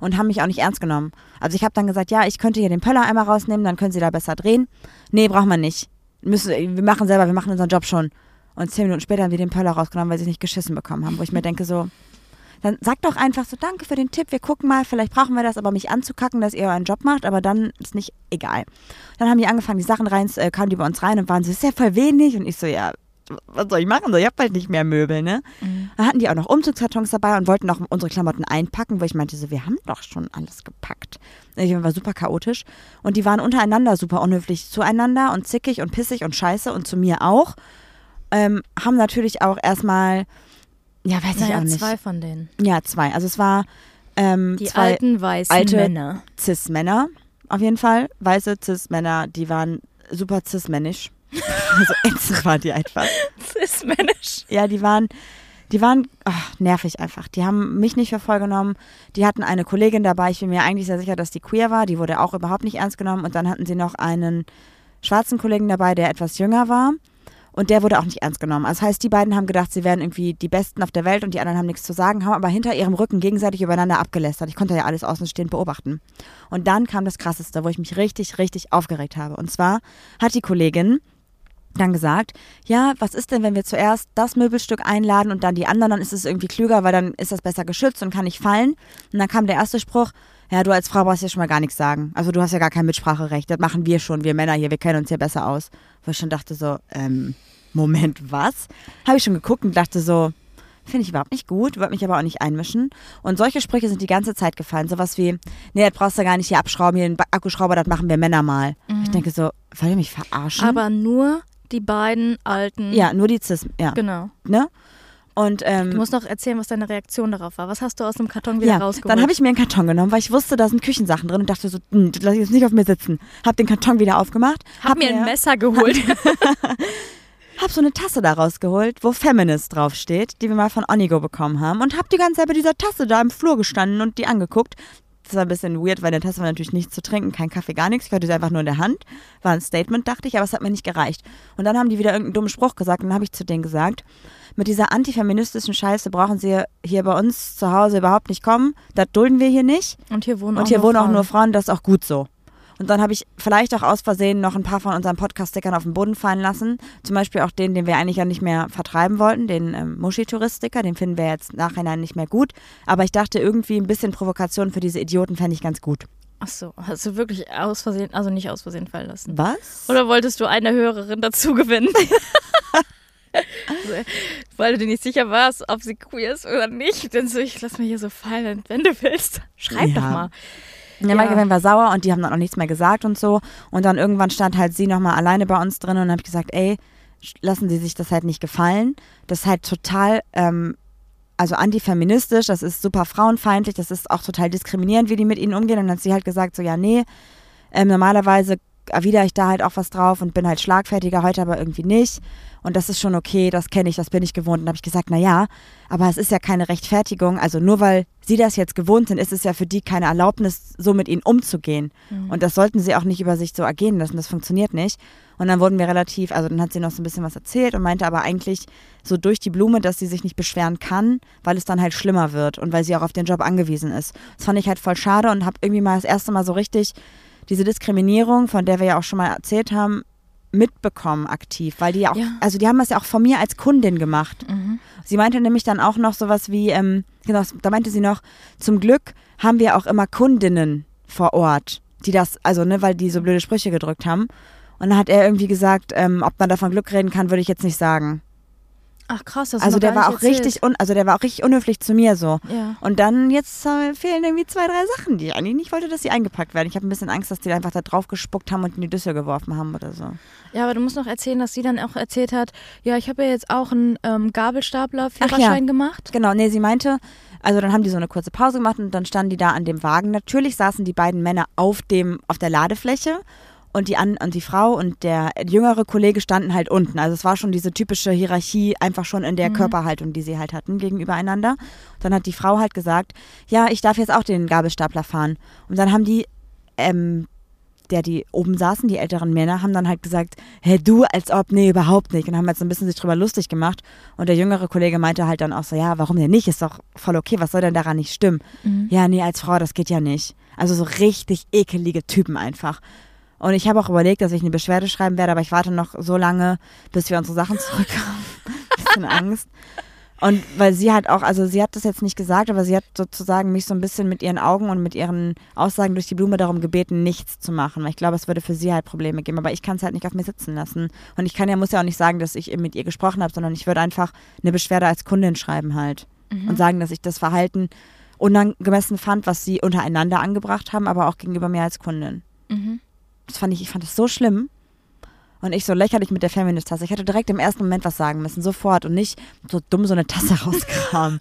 und haben mich auch nicht ernst genommen. Also ich habe dann gesagt, ja, ich könnte hier den Pöller einmal rausnehmen, dann können sie da besser drehen. Nee, braucht man nicht. müssen, wir machen selber, wir machen unseren Job schon. Und zehn Minuten später haben wir den Pöller rausgenommen, weil sie es nicht geschissen bekommen haben, wo ich mir denke so, dann sagt doch einfach so, danke für den Tipp, wir gucken mal, vielleicht brauchen wir das, aber mich anzukacken, dass ihr euren Job macht, aber dann ist nicht egal. Dann haben die angefangen, die Sachen rein, äh, kamen die bei uns rein und waren so, ist ja voll wenig. Und ich so, ja, was soll ich machen? So, ich hab halt nicht mehr Möbel, ne? Mhm. Dann hatten die auch noch Umzugskartons dabei und wollten auch unsere Klamotten einpacken, wo ich meinte so, wir haben doch schon alles gepackt. Ich war super chaotisch. Und die waren untereinander super unhöflich zueinander und zickig und pissig und scheiße und zu mir auch. Ähm, haben natürlich auch erstmal, ja, weiß ich auch Naja, nicht. zwei von denen. Ja, zwei. Also es war ähm, Die zwei alten weißen alte- Männer. Cis-Männer, auf jeden Fall. Weiße Cis-Männer, die waren super cis-männisch. also ätzend waren die einfach. Cis-männisch. Ja, die waren, die waren ach, nervig einfach. Die haben mich nicht für voll genommen. Die hatten eine Kollegin dabei. Ich bin mir eigentlich sehr sicher, dass die queer war. Die wurde auch überhaupt nicht ernst genommen. Und dann hatten sie noch einen schwarzen Kollegen dabei, der etwas jünger war. Und der wurde auch nicht ernst genommen. Also das heißt, die beiden haben gedacht, sie wären irgendwie die Besten auf der Welt und die anderen haben nichts zu sagen, haben aber hinter ihrem Rücken gegenseitig übereinander abgelästert. Ich konnte ja alles außenstehend beobachten. Und dann kam das Krasseste, wo ich mich richtig, richtig aufgeregt habe. Und zwar hat die Kollegin dann gesagt, ja, was ist denn, wenn wir zuerst das Möbelstück einladen und dann die anderen, dann ist es irgendwie klüger, weil dann ist das besser geschützt und kann nicht fallen. Und dann kam der erste Spruch, ja, du als Frau brauchst ja schon mal gar nichts sagen. Also du hast ja gar kein Mitspracherecht. Das machen wir schon, wir Männer hier, wir kennen uns ja besser aus. Wo ich schon dachte so, ähm, Moment, was? Habe ich schon geguckt und dachte so, finde ich überhaupt nicht gut, würde mich aber auch nicht einmischen. Und solche Sprüche sind die ganze Zeit gefallen. Sowas wie, nee, das brauchst du gar nicht hier abschrauben, hier den Ba- Akkuschrauber, das machen wir Männer mal. Ich denke so, wollt ihr mich verarschen? Aber nur die beiden alten. Hm? ja, nur die Cis, ja. Genau. ne? Und Du ähm, musst noch erzählen, was deine Reaktion darauf war. Was hast du aus dem Karton wieder ja, rausgeholt? dann habe ich mir einen Karton genommen, weil ich wusste, da sind Küchensachen drin und dachte so, hm, das lasse ich jetzt nicht auf mir sitzen. Hab den Karton wieder aufgemacht, hab, mir ein Messer geholt. hab so eine Tasse da rausgeholt, wo Feminist draufsteht, die wir mal von Onigo bekommen haben und hab die ganze Zeit bei dieser Tasse da im Flur gestanden und die angeguckt. Das war ein bisschen weird, weil in der Tasse war natürlich nichts zu trinken, kein Kaffee, gar nichts. Ich hatte sie einfach nur in der Hand. War ein Statement, dachte ich, aber es hat mir nicht gereicht. Und dann haben die wieder irgendeinen dummen Spruch gesagt und dann habe ich zu denen gesagt, mit dieser antifeministischen Scheiße brauchen sie hier bei uns zu Hause überhaupt nicht kommen. Das dulden wir hier nicht. Und hier wohnen, Und auch, hier nur wohnen auch Frauen. nur Frauen, das ist auch gut so. Und dann habe ich vielleicht auch aus Versehen noch ein paar von unseren Podcast-Stickern auf den Boden fallen lassen. Zum Beispiel auch den, den wir eigentlich ja nicht mehr vertreiben wollten, den ähm, Muschi-Tourist-Sticker. Den finden wir jetzt nachhinein nicht mehr gut. Aber ich dachte irgendwie ein bisschen Provokation für diese Idioten fände ich ganz gut. Ach so, hast du wirklich aus Versehen, also nicht aus Versehen fallen lassen. Was? Oder wolltest du eine Hörerin dazu gewinnen? Also, Weil du dir nicht sicher warst, ob sie queer ist oder nicht. Denn so, ich lass mir hier so fallen. Wenn du willst, schreib Ja. doch mal. Ja, Ja. Michael Van war sauer und die haben dann auch nichts mehr gesagt und so. Und dann irgendwann stand halt sie nochmal alleine bei uns drin und dann habe ich gesagt, ey, sch- lassen Sie sich das halt nicht gefallen. Das ist halt total, ähm, also antifeministisch, das ist super frauenfeindlich, das ist auch total diskriminierend, wie die mit ihnen umgehen. Und dann hat sie halt gesagt, so ja, nee, ähm, normalerweise erwidere ich da halt auch was drauf und bin halt schlagfertiger, heute aber irgendwie nicht. Und das ist schon okay, das kenne ich, das bin ich gewohnt. Und habe ich gesagt, na ja, aber es ist ja keine Rechtfertigung. Also nur weil sie das jetzt gewohnt sind, ist es ja für die keine Erlaubnis, so mit ihnen umzugehen. Und das sollten sie auch nicht über sich so ergehen lassen. Das funktioniert nicht. Und dann wurden wir relativ, also dann hat sie noch so ein bisschen was erzählt und meinte aber eigentlich so durch die Blume, dass sie sich nicht beschweren kann, weil es dann halt schlimmer wird und weil sie auch auf den Job angewiesen ist. Das fand ich halt voll schade und habe irgendwie mal das erste Mal so richtig diese Diskriminierung, von der wir ja auch schon mal erzählt haben, mitbekommen aktiv, weil die ja auch, Ja. Mhm. also die haben das ja auch von mir als Kundin gemacht. Sie meinte nämlich dann auch noch sowas wie, ähm, genau, da meinte sie noch, zum Glück haben wir auch immer Kundinnen vor Ort, die das, also ne, weil die so blöde Sprüche gedrückt haben. Und dann hat er irgendwie gesagt, ähm, ob man davon Glück reden kann, würde ich jetzt nicht sagen. Ach krass, das hast Also du noch der gar war nicht auch erzählt. richtig, un, also der war auch richtig unhöflich zu mir so. Ja. Und dann jetzt äh, fehlen irgendwie zwei, drei Sachen, die ich eigentlich nicht wollte, dass sie eingepackt werden. Ich habe ein bisschen Angst, dass die einfach da drauf gespuckt haben und in die Düssel geworfen haben oder so. ja, aber du musst noch erzählen, dass sie dann auch erzählt hat, ja, ich habe ja jetzt auch einen ähm, Gabelstapler-Führerschein Ach ja. gemacht. Genau, nee, sie meinte, also dann haben die so eine kurze Pause gemacht und dann standen die da an dem Wagen. Natürlich saßen die beiden Männer auf dem, auf der Ladefläche und die, an, und die Frau und der jüngere Kollege standen halt unten. Also es war schon diese typische Hierarchie einfach schon in der Körperhaltung, die sie halt hatten gegenübereinander. Dann hat die Frau halt gesagt, ja, ich darf jetzt auch den Gabelstapler fahren. Und dann haben die ähm, der die oben saßen, die älteren Männer, haben dann halt gesagt, hey du, als ob, nee, überhaupt nicht. Und haben halt so ein bisschen sich drüber lustig gemacht. Und der jüngere Kollege meinte halt dann auch so, ja, warum denn nicht? Ist doch voll okay, was soll denn daran nicht stimmen? Ja, nee, als Frau, das geht ja nicht. Also so richtig ekelige Typen einfach. Und ich habe auch überlegt, dass ich eine Beschwerde schreiben werde, aber ich warte noch so lange, bis wir unsere Sachen zurückhaben. bisschen Angst. Und weil sie halt auch, also sie hat das jetzt nicht gesagt, aber sie hat sozusagen mich so ein bisschen mit ihren Augen und mit ihren Aussagen durch die Blume darum gebeten, nichts zu machen. Weil ich glaube, es würde für sie halt Probleme geben, aber ich kann es halt nicht auf mir sitzen lassen. Und ich kann ja, muss ja auch nicht sagen, dass ich mit ihr gesprochen habe, sondern ich würde einfach eine Beschwerde als Kundin schreiben halt. Und sagen, dass ich das Verhalten unangemessen fand, was sie untereinander angebracht haben, aber auch gegenüber mir als Kundin. Mhm. Das fand ich, ich fand das so schlimm. Und ich so lächerlich mit der Feminist-Tasse. Ich hätte direkt im ersten Moment was sagen müssen, sofort. Und nicht so dumm so eine Tasse rauskramen.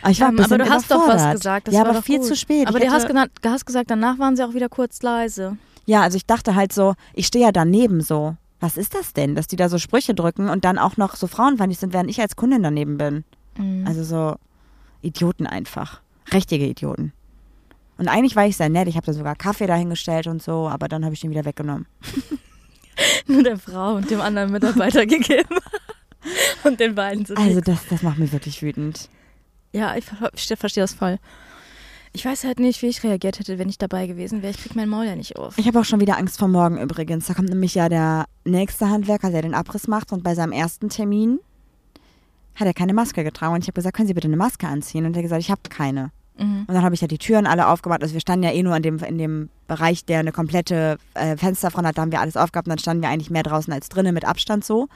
Aber ich war ein Ähm, bisschen aber du hast doch was überfordert. gesagt. Das ja, war aber doch viel gut. zu spät. Aber ich du hast, hätte- genannt, du hast gesagt, danach waren sie auch wieder kurz leise. ja, also ich dachte halt so, ich stehe ja daneben so. Was ist das denn, dass die da so Sprüche drücken und dann auch noch so frauenfeindlich sind, während ich als Kundin daneben bin? Mhm. Also so Idioten einfach. Richtige Idioten. Und eigentlich war ich sehr nett. Ich habe da sogar Kaffee dahingestellt und so, aber dann habe ich den wieder weggenommen. Nur der Frau und dem anderen Mitarbeiter gegeben. Und den beiden sind Also das, das macht mich wirklich wütend. Ja, ich ver- verstehe verstehe das voll. Ich weiß halt nicht, wie ich reagiert hätte, wenn ich dabei gewesen wäre. Ich krieg mein Maul ja nicht auf. Ich habe auch schon wieder Angst vor morgen übrigens. Da kommt nämlich ja der nächste Handwerker, der den Abriss macht und bei seinem ersten Termin hat er keine Maske getragen und ich habe gesagt, können Sie bitte eine Maske anziehen? Und er hat gesagt, ich habe keine. Mhm. Und dann habe ich ja die Türen alle aufgemacht. Also wir standen ja eh nur in dem, in dem Bereich, der eine komplette äh, Fensterfront hat. Da haben wir alles aufgehabt und dann standen wir eigentlich mehr draußen als drinnen mit Abstand so.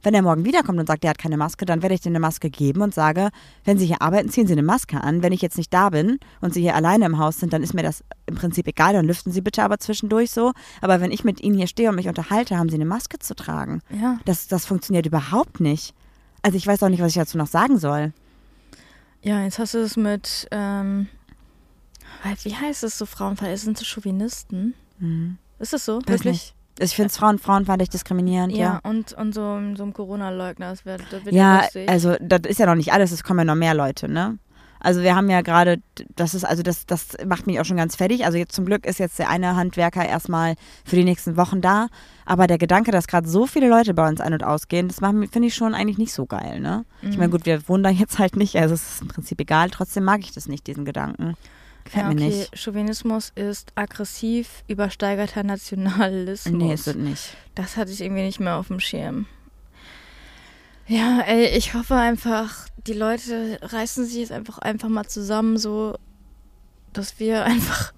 Wenn er morgen wiederkommt und sagt, er hat keine Maske, dann werde ich dir eine Maske geben und sage, wenn Sie hier arbeiten, ziehen Sie eine Maske an. Wenn ich jetzt nicht da bin und Sie hier alleine im Haus sind, dann ist mir das im Prinzip egal. Dann lüften Sie bitte aber zwischendurch so. Aber wenn ich mit Ihnen hier stehe und mich unterhalte, haben Sie eine Maske zu tragen. Ja. Das, das funktioniert überhaupt nicht. Also ich weiß auch nicht, was ich dazu noch sagen soll. Ja, jetzt hast du es mit, ähm, wie heißt es so, Frauenfall? Es sind so Chauvinisten. Mhm. Ist das so? Weiß Wirklich? nicht. Also ich finde es Frauen, Frauen fand ich diskriminierend, ja. Ja, und, und so, so ein Corona-Leugner. Das wird, das wird ja Ja, lustig. also das ist ja noch nicht alles, es kommen ja noch mehr Leute, ne? Also wir haben ja gerade, das ist, also das, das macht mich auch schon ganz fertig. Also jetzt zum Glück ist jetzt der eine Handwerker erstmal für die nächsten Wochen da. Aber der Gedanke, dass gerade so viele Leute bei uns ein- und ausgehen, das macht mich- finde ich schon eigentlich nicht so geil, ne? Ich meine, gut, wir wohnen da jetzt halt nicht, also es ist im Prinzip egal, trotzdem mag ich das nicht, diesen Gedanken. Gefällt ja, mir okay. nicht. Chauvinismus ist aggressiv übersteigerter Nationalismus. Nee, ist es nicht. Das hatte ich irgendwie nicht mehr auf dem Schirm. Ja, ey, ich hoffe einfach, die Leute reißen sich jetzt einfach, einfach mal zusammen, so dass wir einfach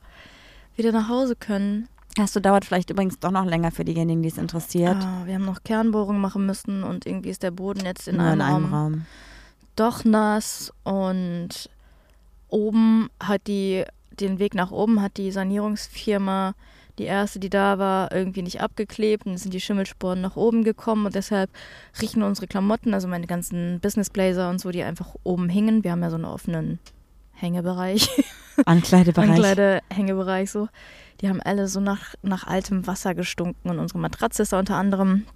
wieder nach Hause können. Das dauert vielleicht übrigens doch noch länger für diejenigen, die es interessiert. Ah, wir haben noch Kernbohrungen machen müssen und irgendwie ist der Boden jetzt in, Nur einem, in einem Raum, Raum. doch nass und oben hat die, den Weg nach oben hat die Sanierungsfirma, die erste, die da war, irgendwie nicht abgeklebt und es sind die Schimmelsporen nach oben gekommen und deshalb riechen unsere Klamotten, also meine ganzen Business Blazer und so, die einfach oben hingen. Wir haben ja so einen offenen Hängebereich. Ankleidebereich. Ankleide-Hängebereich so. Die haben alle so nach, nach altem Wasser gestunken und unsere Matratze ist da unter anderem.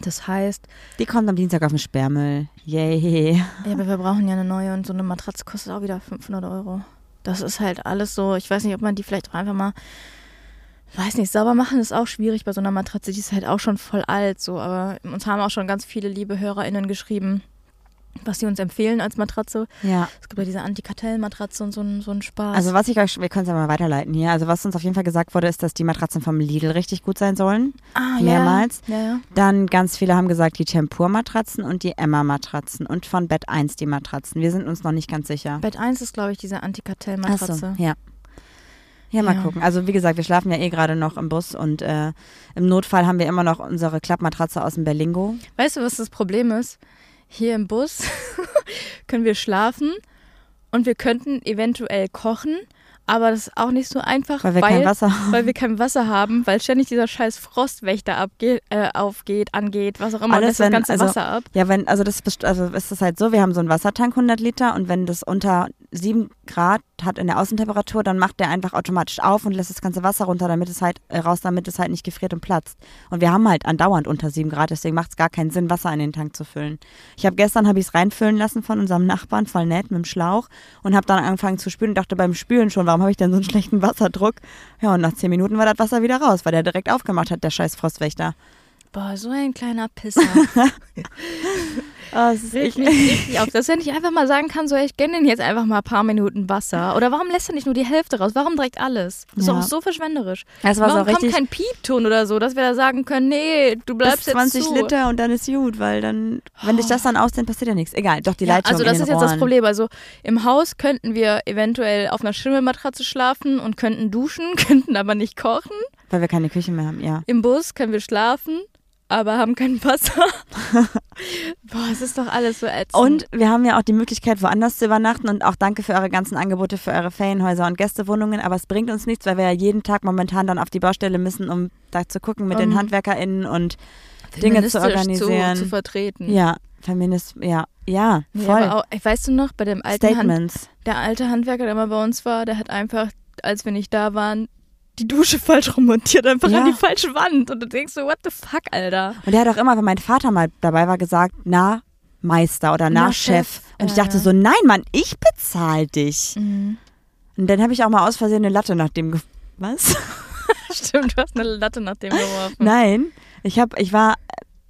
Das heißt, Die kommt am Dienstag auf den Sperrmüll. Yay. ja, aber wir brauchen ja eine neue und so eine Matratze kostet auch wieder 500 Euro. Das ist halt alles so, ich weiß nicht, ob man die vielleicht auch einfach mal, weiß nicht, sauber machen ist auch schwierig bei so einer Matratze, die ist halt auch schon voll alt so, aber uns haben auch schon ganz viele liebe HörerInnen geschrieben, was sie uns empfehlen als Matratze. Ja. Es gibt ja diese Antikartell-Matratze und so einen so einen Spaß. Also was ich euch, wir können es ja mal weiterleiten hier. Also was uns auf jeden Fall gesagt wurde, ist, dass die Matratzen vom Lidl richtig gut sein sollen. ah, ja, mehrmals. Ja, ja. Dann ganz viele haben gesagt, die Tempur-Matratzen und die Emma-Matratzen und von Bett 1 die Matratzen. Wir sind uns noch nicht ganz sicher. Bett 1 ist, glaube ich, diese Ach so, Antikartell-Matratze. ja. Ja, mal Ja. gucken. Also wie gesagt, wir schlafen ja eh gerade noch im Bus und äh, im Notfall haben wir immer noch unsere Klappmatratze aus dem Berlingo. Weißt du, was das Problem ist? Hier im Bus können wir schlafen und wir könnten eventuell kochen, aber das ist auch nicht so einfach, Weil wir kein Wasser haben. weil wir kein Wasser haben, weil ständig dieser scheiß Frostwächter abgeht, äh, aufgeht, angeht, was auch immer, und lässt das wenn- ganze also, Wasser ab. Ja, wenn, also das best- also ist das halt so, wir haben so einen Wassertank 100 Liter und wenn das unter 7 Grad hat in der Außentemperatur, dann macht der einfach automatisch auf und lässt das ganze Wasser runter, damit es halt äh, raus, damit es halt nicht gefriert und platzt. Und wir haben halt andauernd unter 7 Grad, deswegen macht es gar keinen Sinn, Wasser in den Tank zu füllen. Ich habe gestern habe ich es reinfüllen lassen von unserem Nachbarn, voll nett, mit dem Schlauch und habe dann angefangen zu spülen und dachte beim Spülen schon, warum habe ich denn so einen schlechten Wasserdruck? Ja, und nach 10 Minuten war das Wasser wieder raus, weil der direkt aufgemacht hat, der scheiß Frostwächter. Boah, so ein kleiner Pisser. Oh, es ist regt mich eklig. richtig auf, dass er nicht einfach mal sagen kann, so, ey, ich gönne den jetzt einfach mal ein paar Minuten Wasser. Oder warum lässt er nicht nur die Hälfte raus? Warum direkt alles? Das ist Ja. auch so verschwenderisch. Das war so warum kommt richtig- kein Piepton oder so, dass wir da sagen können, nee, du Bis bleibst jetzt 20 zu. Oh. Liter und dann ist gut, weil dann, wenn dich das dann aus, dann passiert ja nichts. Egal, doch die Ja, Leitung also das in ist den jetzt das Rohren. Problem. Also im Haus könnten wir eventuell auf einer Schimmelmatratze schlafen und könnten duschen, könnten aber nicht kochen. Weil wir keine Küche mehr haben, ja. Im Bus können wir schlafen, aber haben kein Wasser. Boah, es ist doch alles so ätzend. Und wir haben ja auch die Möglichkeit, woanders zu übernachten und auch danke für eure ganzen Angebote für eure Ferienhäuser und Gästewohnungen, aber es bringt uns nichts, weil wir ja jeden Tag momentan dann auf die Baustelle müssen, um da zu gucken mit den Um. HandwerkerInnen und Dinge zu Feministisch organisieren. Zu, zu vertreten. ja, Feminist, ja, ja, Nee, voll. aber auch, ey, weißt du noch, bei dem alten Hand, Statements. der alte Handwerker, der mal bei uns war, der hat einfach, als wir nicht da waren, die Dusche falsch rummontiert, einfach Ja. an die falsche Wand. Und du denkst so, what the fuck, Alter? Und der hat auch immer, wenn mein Vater mal dabei war, gesagt, na, Meister oder na, Na, Chef. Chef. Und ich Ja, dachte ja. so, nein, Mann, ich bezahl dich. Und dann habe ich auch mal aus Versehen eine Latte nach dem ge Was? Stimmt, du hast eine Latte nach dem geworfen. Nein, ich habe, ich war,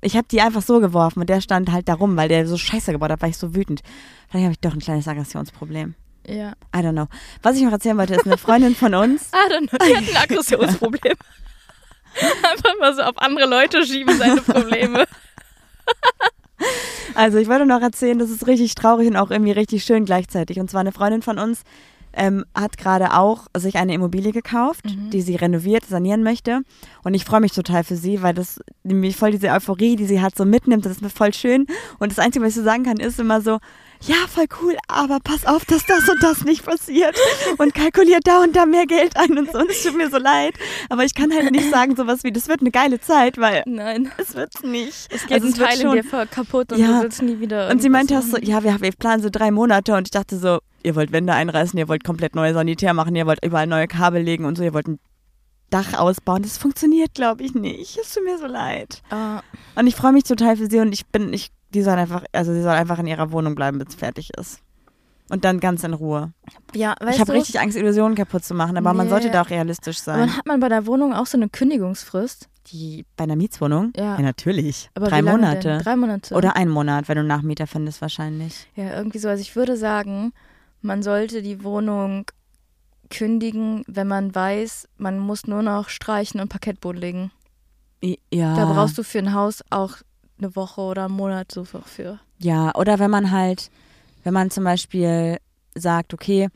ich habe die einfach so geworfen und der stand halt da rum, weil der so Scheiße gebaut hat, war ich so wütend. Vielleicht habe ich doch ein kleines Aggressionsproblem. Ja. I don't know. Was ich noch erzählen wollte, ist eine Freundin von uns. I don't know, die hat ein Aggressionsproblem. Einfach mal so auf andere Leute schieben seine Probleme. Also ich wollte noch erzählen, das ist richtig traurig und auch irgendwie richtig schön gleichzeitig. Und zwar eine Freundin von uns ähm, hat gerade auch sich eine Immobilie gekauft, Mhm. die sie renoviert, sanieren möchte. Und ich freue mich total für sie, weil das nämlich voll diese Euphorie, die sie hat, so mitnimmt. Das ist mir voll schön. Und das Einzige, was ich so sagen kann, ist immer so, ja, voll cool, aber pass auf, dass das und das nicht passiert. Und kalkuliert da und da mehr Geld ein und so. Und es tut mir so leid. Aber ich kann halt nicht sagen sowas wie, das wird eine geile Zeit, weil Nein. es wird's nicht. Es geht Also ein wird Teil in schon- dir voll kaputt und Ja. du willst nie wieder. und sie meinte auch irgendwas so, ja, wir, wir planen so drei Monate und ich dachte so, ihr wollt Wände einreißen, ihr wollt komplett neue Sanitär machen, ihr wollt überall neue Kabel legen und so, ihr wollt ein Dach ausbauen. Das funktioniert, glaube ich, nicht. Es tut mir so leid. machen. Und ich freue mich total für sie und ich bin, ich, die soll einfach, also sie soll einfach in ihrer Wohnung bleiben, bis es fertig ist. Und dann ganz in Ruhe. Äh, ja, weißt ich habe du, richtig Angst, Illusionen kaputt zu machen, aber man Nee. sollte da auch realistisch sein. Aber hat man bei der Wohnung auch so eine Kündigungsfrist? die, bei einer Mietswohnung? Ja. ja natürlich. Aber drei wie lange Monate. Denn? Drei Monate. Oder ein Monat, wenn du einen Nachmieter findest, wahrscheinlich. Ja, irgendwie so. Also ich würde sagen, man sollte die Wohnung kündigen, wenn man weiß, man muss nur noch streichen und Parkettboden legen. I- Ja. Da brauchst du für ein Haus auch eine Woche oder einen Monat so für. Ja, oder wenn man halt, wenn man zum Beispiel sagt, okay,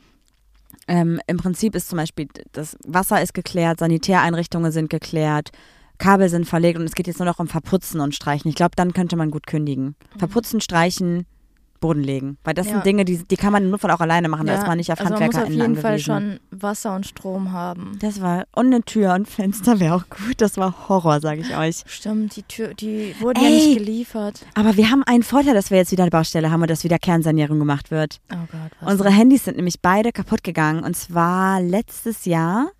ähm, im Prinzip ist zum Beispiel das Wasser ist geklärt, Sanitäreinrichtungen sind geklärt, Kabel sind verlegt und es geht jetzt nur noch um Verputzen und Streichen. Ich glaube, dann könnte man gut kündigen. Verputzen, Streichen, Boden legen. Weil das Ja. sind Dinge, die, die kann man im Notfall auch alleine machen, da Ja, ist man nicht auf also man muss auf HandwerkerInnen jeden Fall angewiesen. schon Wasser und Strom haben. das war, und eine Tür und Fenster wäre auch gut. Das war Horror, sage ich euch. Stimmt, die Tür, die wurden Ey! ja nicht geliefert. Aber wir haben einen Vorteil, dass wir jetzt wieder eine Baustelle haben und dass wieder Kernsanierung gemacht wird. Oh Gott, was? Unsere Handys sind nämlich beide kaputt gegangen und zwar letztes Jahr,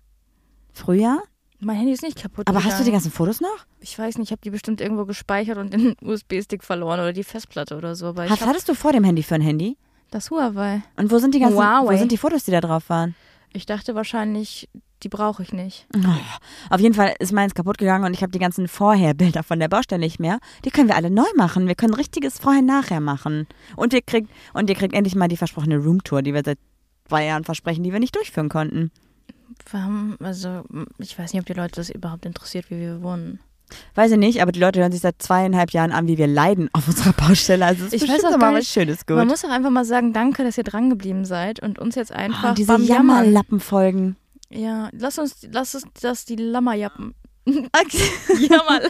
Frühjahr. mein Handy ist nicht kaputt. Aber hast du die gegangen. ganzen Fotos noch? Ich weiß nicht, ich habe die bestimmt irgendwo gespeichert und in den USB-Stick verloren oder die Festplatte oder so. Aber ich Was hab hattest du vor dem Handy für ein Handy? das Huawei. Und wo sind die ganzen wo Huawei. sind die Fotos, die da drauf waren? Ich dachte wahrscheinlich, die brauche ich nicht. Oh, Auf jeden Fall ist meins kaputt gegangen und ich habe die ganzen Vorher-Bilder von der Baustelle nicht mehr. Die können wir alle neu machen. Wir können richtiges Vorher-Nachher machen. Und ihr kriegt und ihr kriegt endlich mal die versprochene Roomtour, die wir seit zwei Jahren versprechen, die wir nicht durchführen konnten. Warum, also, ich weiß nicht, ob die Leute das überhaupt interessiert, wie wir wohnen. Weiß ich nicht, aber die Leute hören sich seit zweieinhalb Jahren an, wie wir leiden auf unserer Baustelle. Also es Ich ist weiß bestimmt auch mal gar was nicht- Schönes gut. Man muss auch einfach mal sagen, danke, dass ihr dran geblieben seid und uns jetzt Ah, einfach und diese beim Jammern. Jammerlappenfolgen. Ja, lass uns, lass uns das die Lammerjappen. Jammer,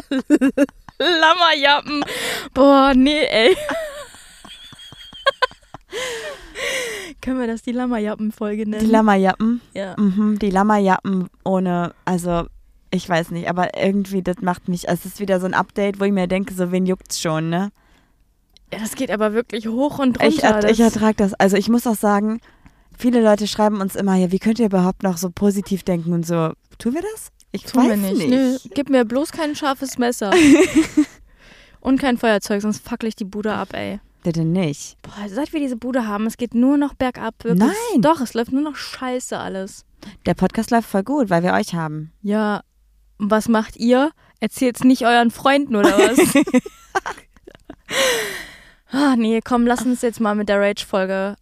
Lammerjappen. Boah, nee, ey. Können wir das die Lammerjappen-Folge nennen? Die Lammerjappen. ja. Mhm, die Lammerjappen ohne, also ich weiß nicht, aber irgendwie das macht mich, also, es ist wieder so ein Update, wo ich mir denke, so wen juckt's schon, ne? ja, das geht aber wirklich hoch und Ich, runter. er- ich ertrage das. Also ich muss auch sagen, viele Leute schreiben uns immer, ja, wie könnt ihr überhaupt noch so positiv denken und so, tun wir das? Ich Tun wir weiß nicht. Nö, gib mir bloß kein scharfes Messer. und kein Feuerzeug, sonst fackel ich die Bude ab, ey. Bitte nicht. Boah, seit wir diese Bude haben, es geht nur noch bergab. Wirklich. Nein. Doch, es läuft nur noch scheiße alles. Der Podcast läuft voll gut, weil wir euch haben. Ja, und was macht ihr? Erzählt's nicht euren Freunden oder was? Ah, nee, komm, lass uns jetzt mal mit der Rage-Folge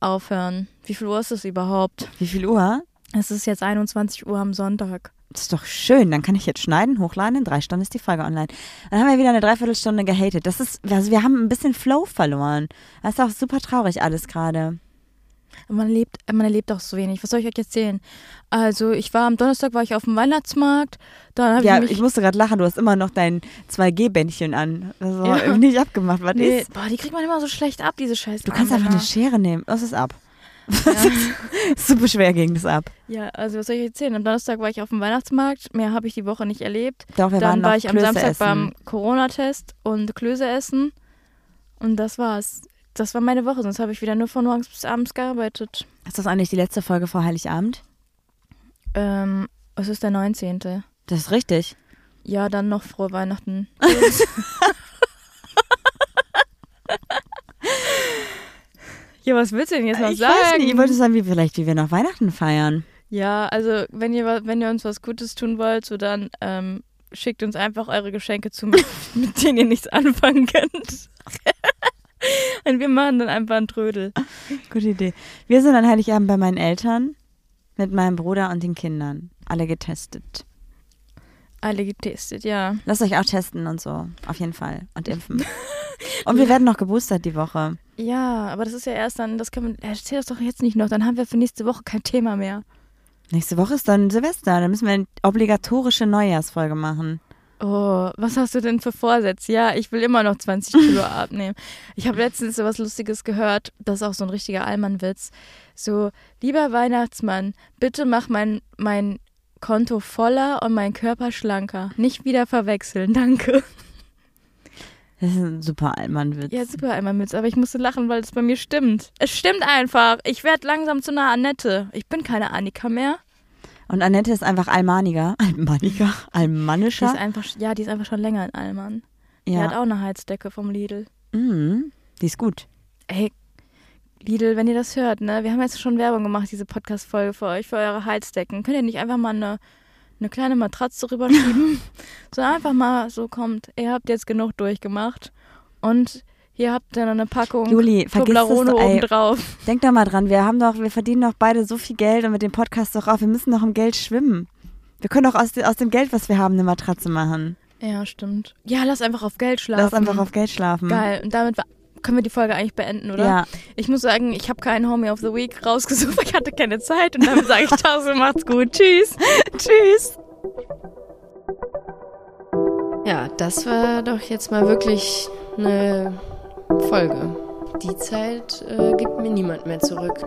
aufhören. Wie viel Uhr ist es überhaupt? Wie viel Uhr? Es ist jetzt 21 Uhr am Sonntag. Das ist doch schön. Dann kann ich jetzt schneiden, hochladen. In drei Stunden ist die Folge online. Dann haben wir wieder eine Dreiviertelstunde gehatet. Das ist, also wir haben ein bisschen Flow verloren. Das ist auch super traurig alles gerade. Man lebt, man erlebt auch so wenig. Was soll ich euch erzählen? Also ich war am Donnerstag war ich auf dem Weihnachtsmarkt. Dann habe Ja, ich mich ich musste gerade lachen. Du hast immer noch dein 2G-Bändchen an. Das war Ja. irgendwie nicht abgemacht. Was nee, Oh ist? boah, die kriegt man immer so schlecht ab, diese Scheiße. Du kannst einfach eine Schere nehmen. Das ist ab. Super schwer ging das ab. Ja, also was soll ich erzählen? Am Donnerstag war ich auf dem Weihnachtsmarkt. Mehr habe ich die Woche nicht erlebt. Doch, wir waren Dann noch war ich am Klöße Samstag essen. beim Corona-Test und Klöße essen. Und das war's. Das war meine Woche, sonst habe ich wieder nur von morgens bis abends gearbeitet. Ist das eigentlich die letzte Folge vor Heiligabend? Ähm, es ist der 19. Das ist richtig. Ja, dann noch frohe Weihnachten. ja, was willst du denn jetzt noch ich sagen? weiß nicht. Ich wollte sagen, wie, vielleicht wie wir noch Weihnachten feiern. Ja, also wenn ihr, wa- wenn ihr uns was Gutes tun wollt, so dann ähm, schickt uns einfach eure Geschenke zu, mit, mit denen ihr nichts anfangen könnt. Und wir machen dann einfach einen Trödel. Gute Idee. Wir sind an Heiligabend bei meinen Eltern, mit meinem Bruder und den Kindern. Alle getestet. Alle getestet, ja. Lasst euch auch testen und so. Auf jeden Fall. Und impfen. Und wir werden noch geboostert die Woche. Ja, aber das ist ja erst dann, das kann man, erzähl das doch jetzt nicht noch, dann haben wir für nächste Woche kein Thema mehr. Nächste Woche ist dann Silvester. Dann müssen wir eine obligatorische Neujahrsfolge machen. Oh, was hast du denn für Vorsätze? Ja, ich will immer noch 20 Kilo abnehmen. Ich habe letztens so was Lustiges gehört. Das ist auch so ein richtiger Allmann-Witz. So, lieber Weihnachtsmann, bitte mach mein, mein Konto voller und mein Körper schlanker. Nicht wieder verwechseln, danke. Das ist ein super Allmann-Witz. Ja, super Allmann-Witz, aber ich musste lachen, weil es bei mir stimmt. Es stimmt einfach. Ich werde langsam zu einer Annette. Ich bin keine Annika mehr. Und Annette ist einfach Almaniger. Die Almaniger? ist Almanischer? einfach, sch- ja, die ist einfach schon länger in Allmann. Die hat Ja. auch eine Heizdecke vom Lidl. Mhm. Die ist gut. Ey, Lidl, wenn ihr das hört, ne? Wir haben jetzt schon Werbung gemacht, diese Podcast-Folge für euch, für eure Heizdecken. Könnt ihr nicht einfach mal eine, eine kleine Matratze drüber schieben? so einfach mal so kommt. Ihr habt jetzt genug durchgemacht. Und hier habt ihr noch eine Packung Juli, vergiss das, Toblerone ey. obendrauf. Denk doch mal dran, wir haben doch, wir verdienen doch beide so viel Geld und mit dem Podcast doch auch, wir müssen doch im Geld schwimmen. Wir können doch aus, de- aus dem Geld, was wir haben, eine Matratze machen. Ja, stimmt. Ja, lass einfach auf Geld schlafen. Lass einfach auf Geld schlafen. Geil. Und damit wa- können wir die Folge eigentlich beenden, oder? Ja. Ich muss sagen, ich habe keinen Homie of the Week rausgesucht, weil ich hatte keine Zeit. Und damit sage ich Tausend, macht's gut. Tschüss. Tschüss. Ja, das war doch jetzt mal wirklich eine Folge. Die Zeit äh, gibt mir niemand mehr zurück.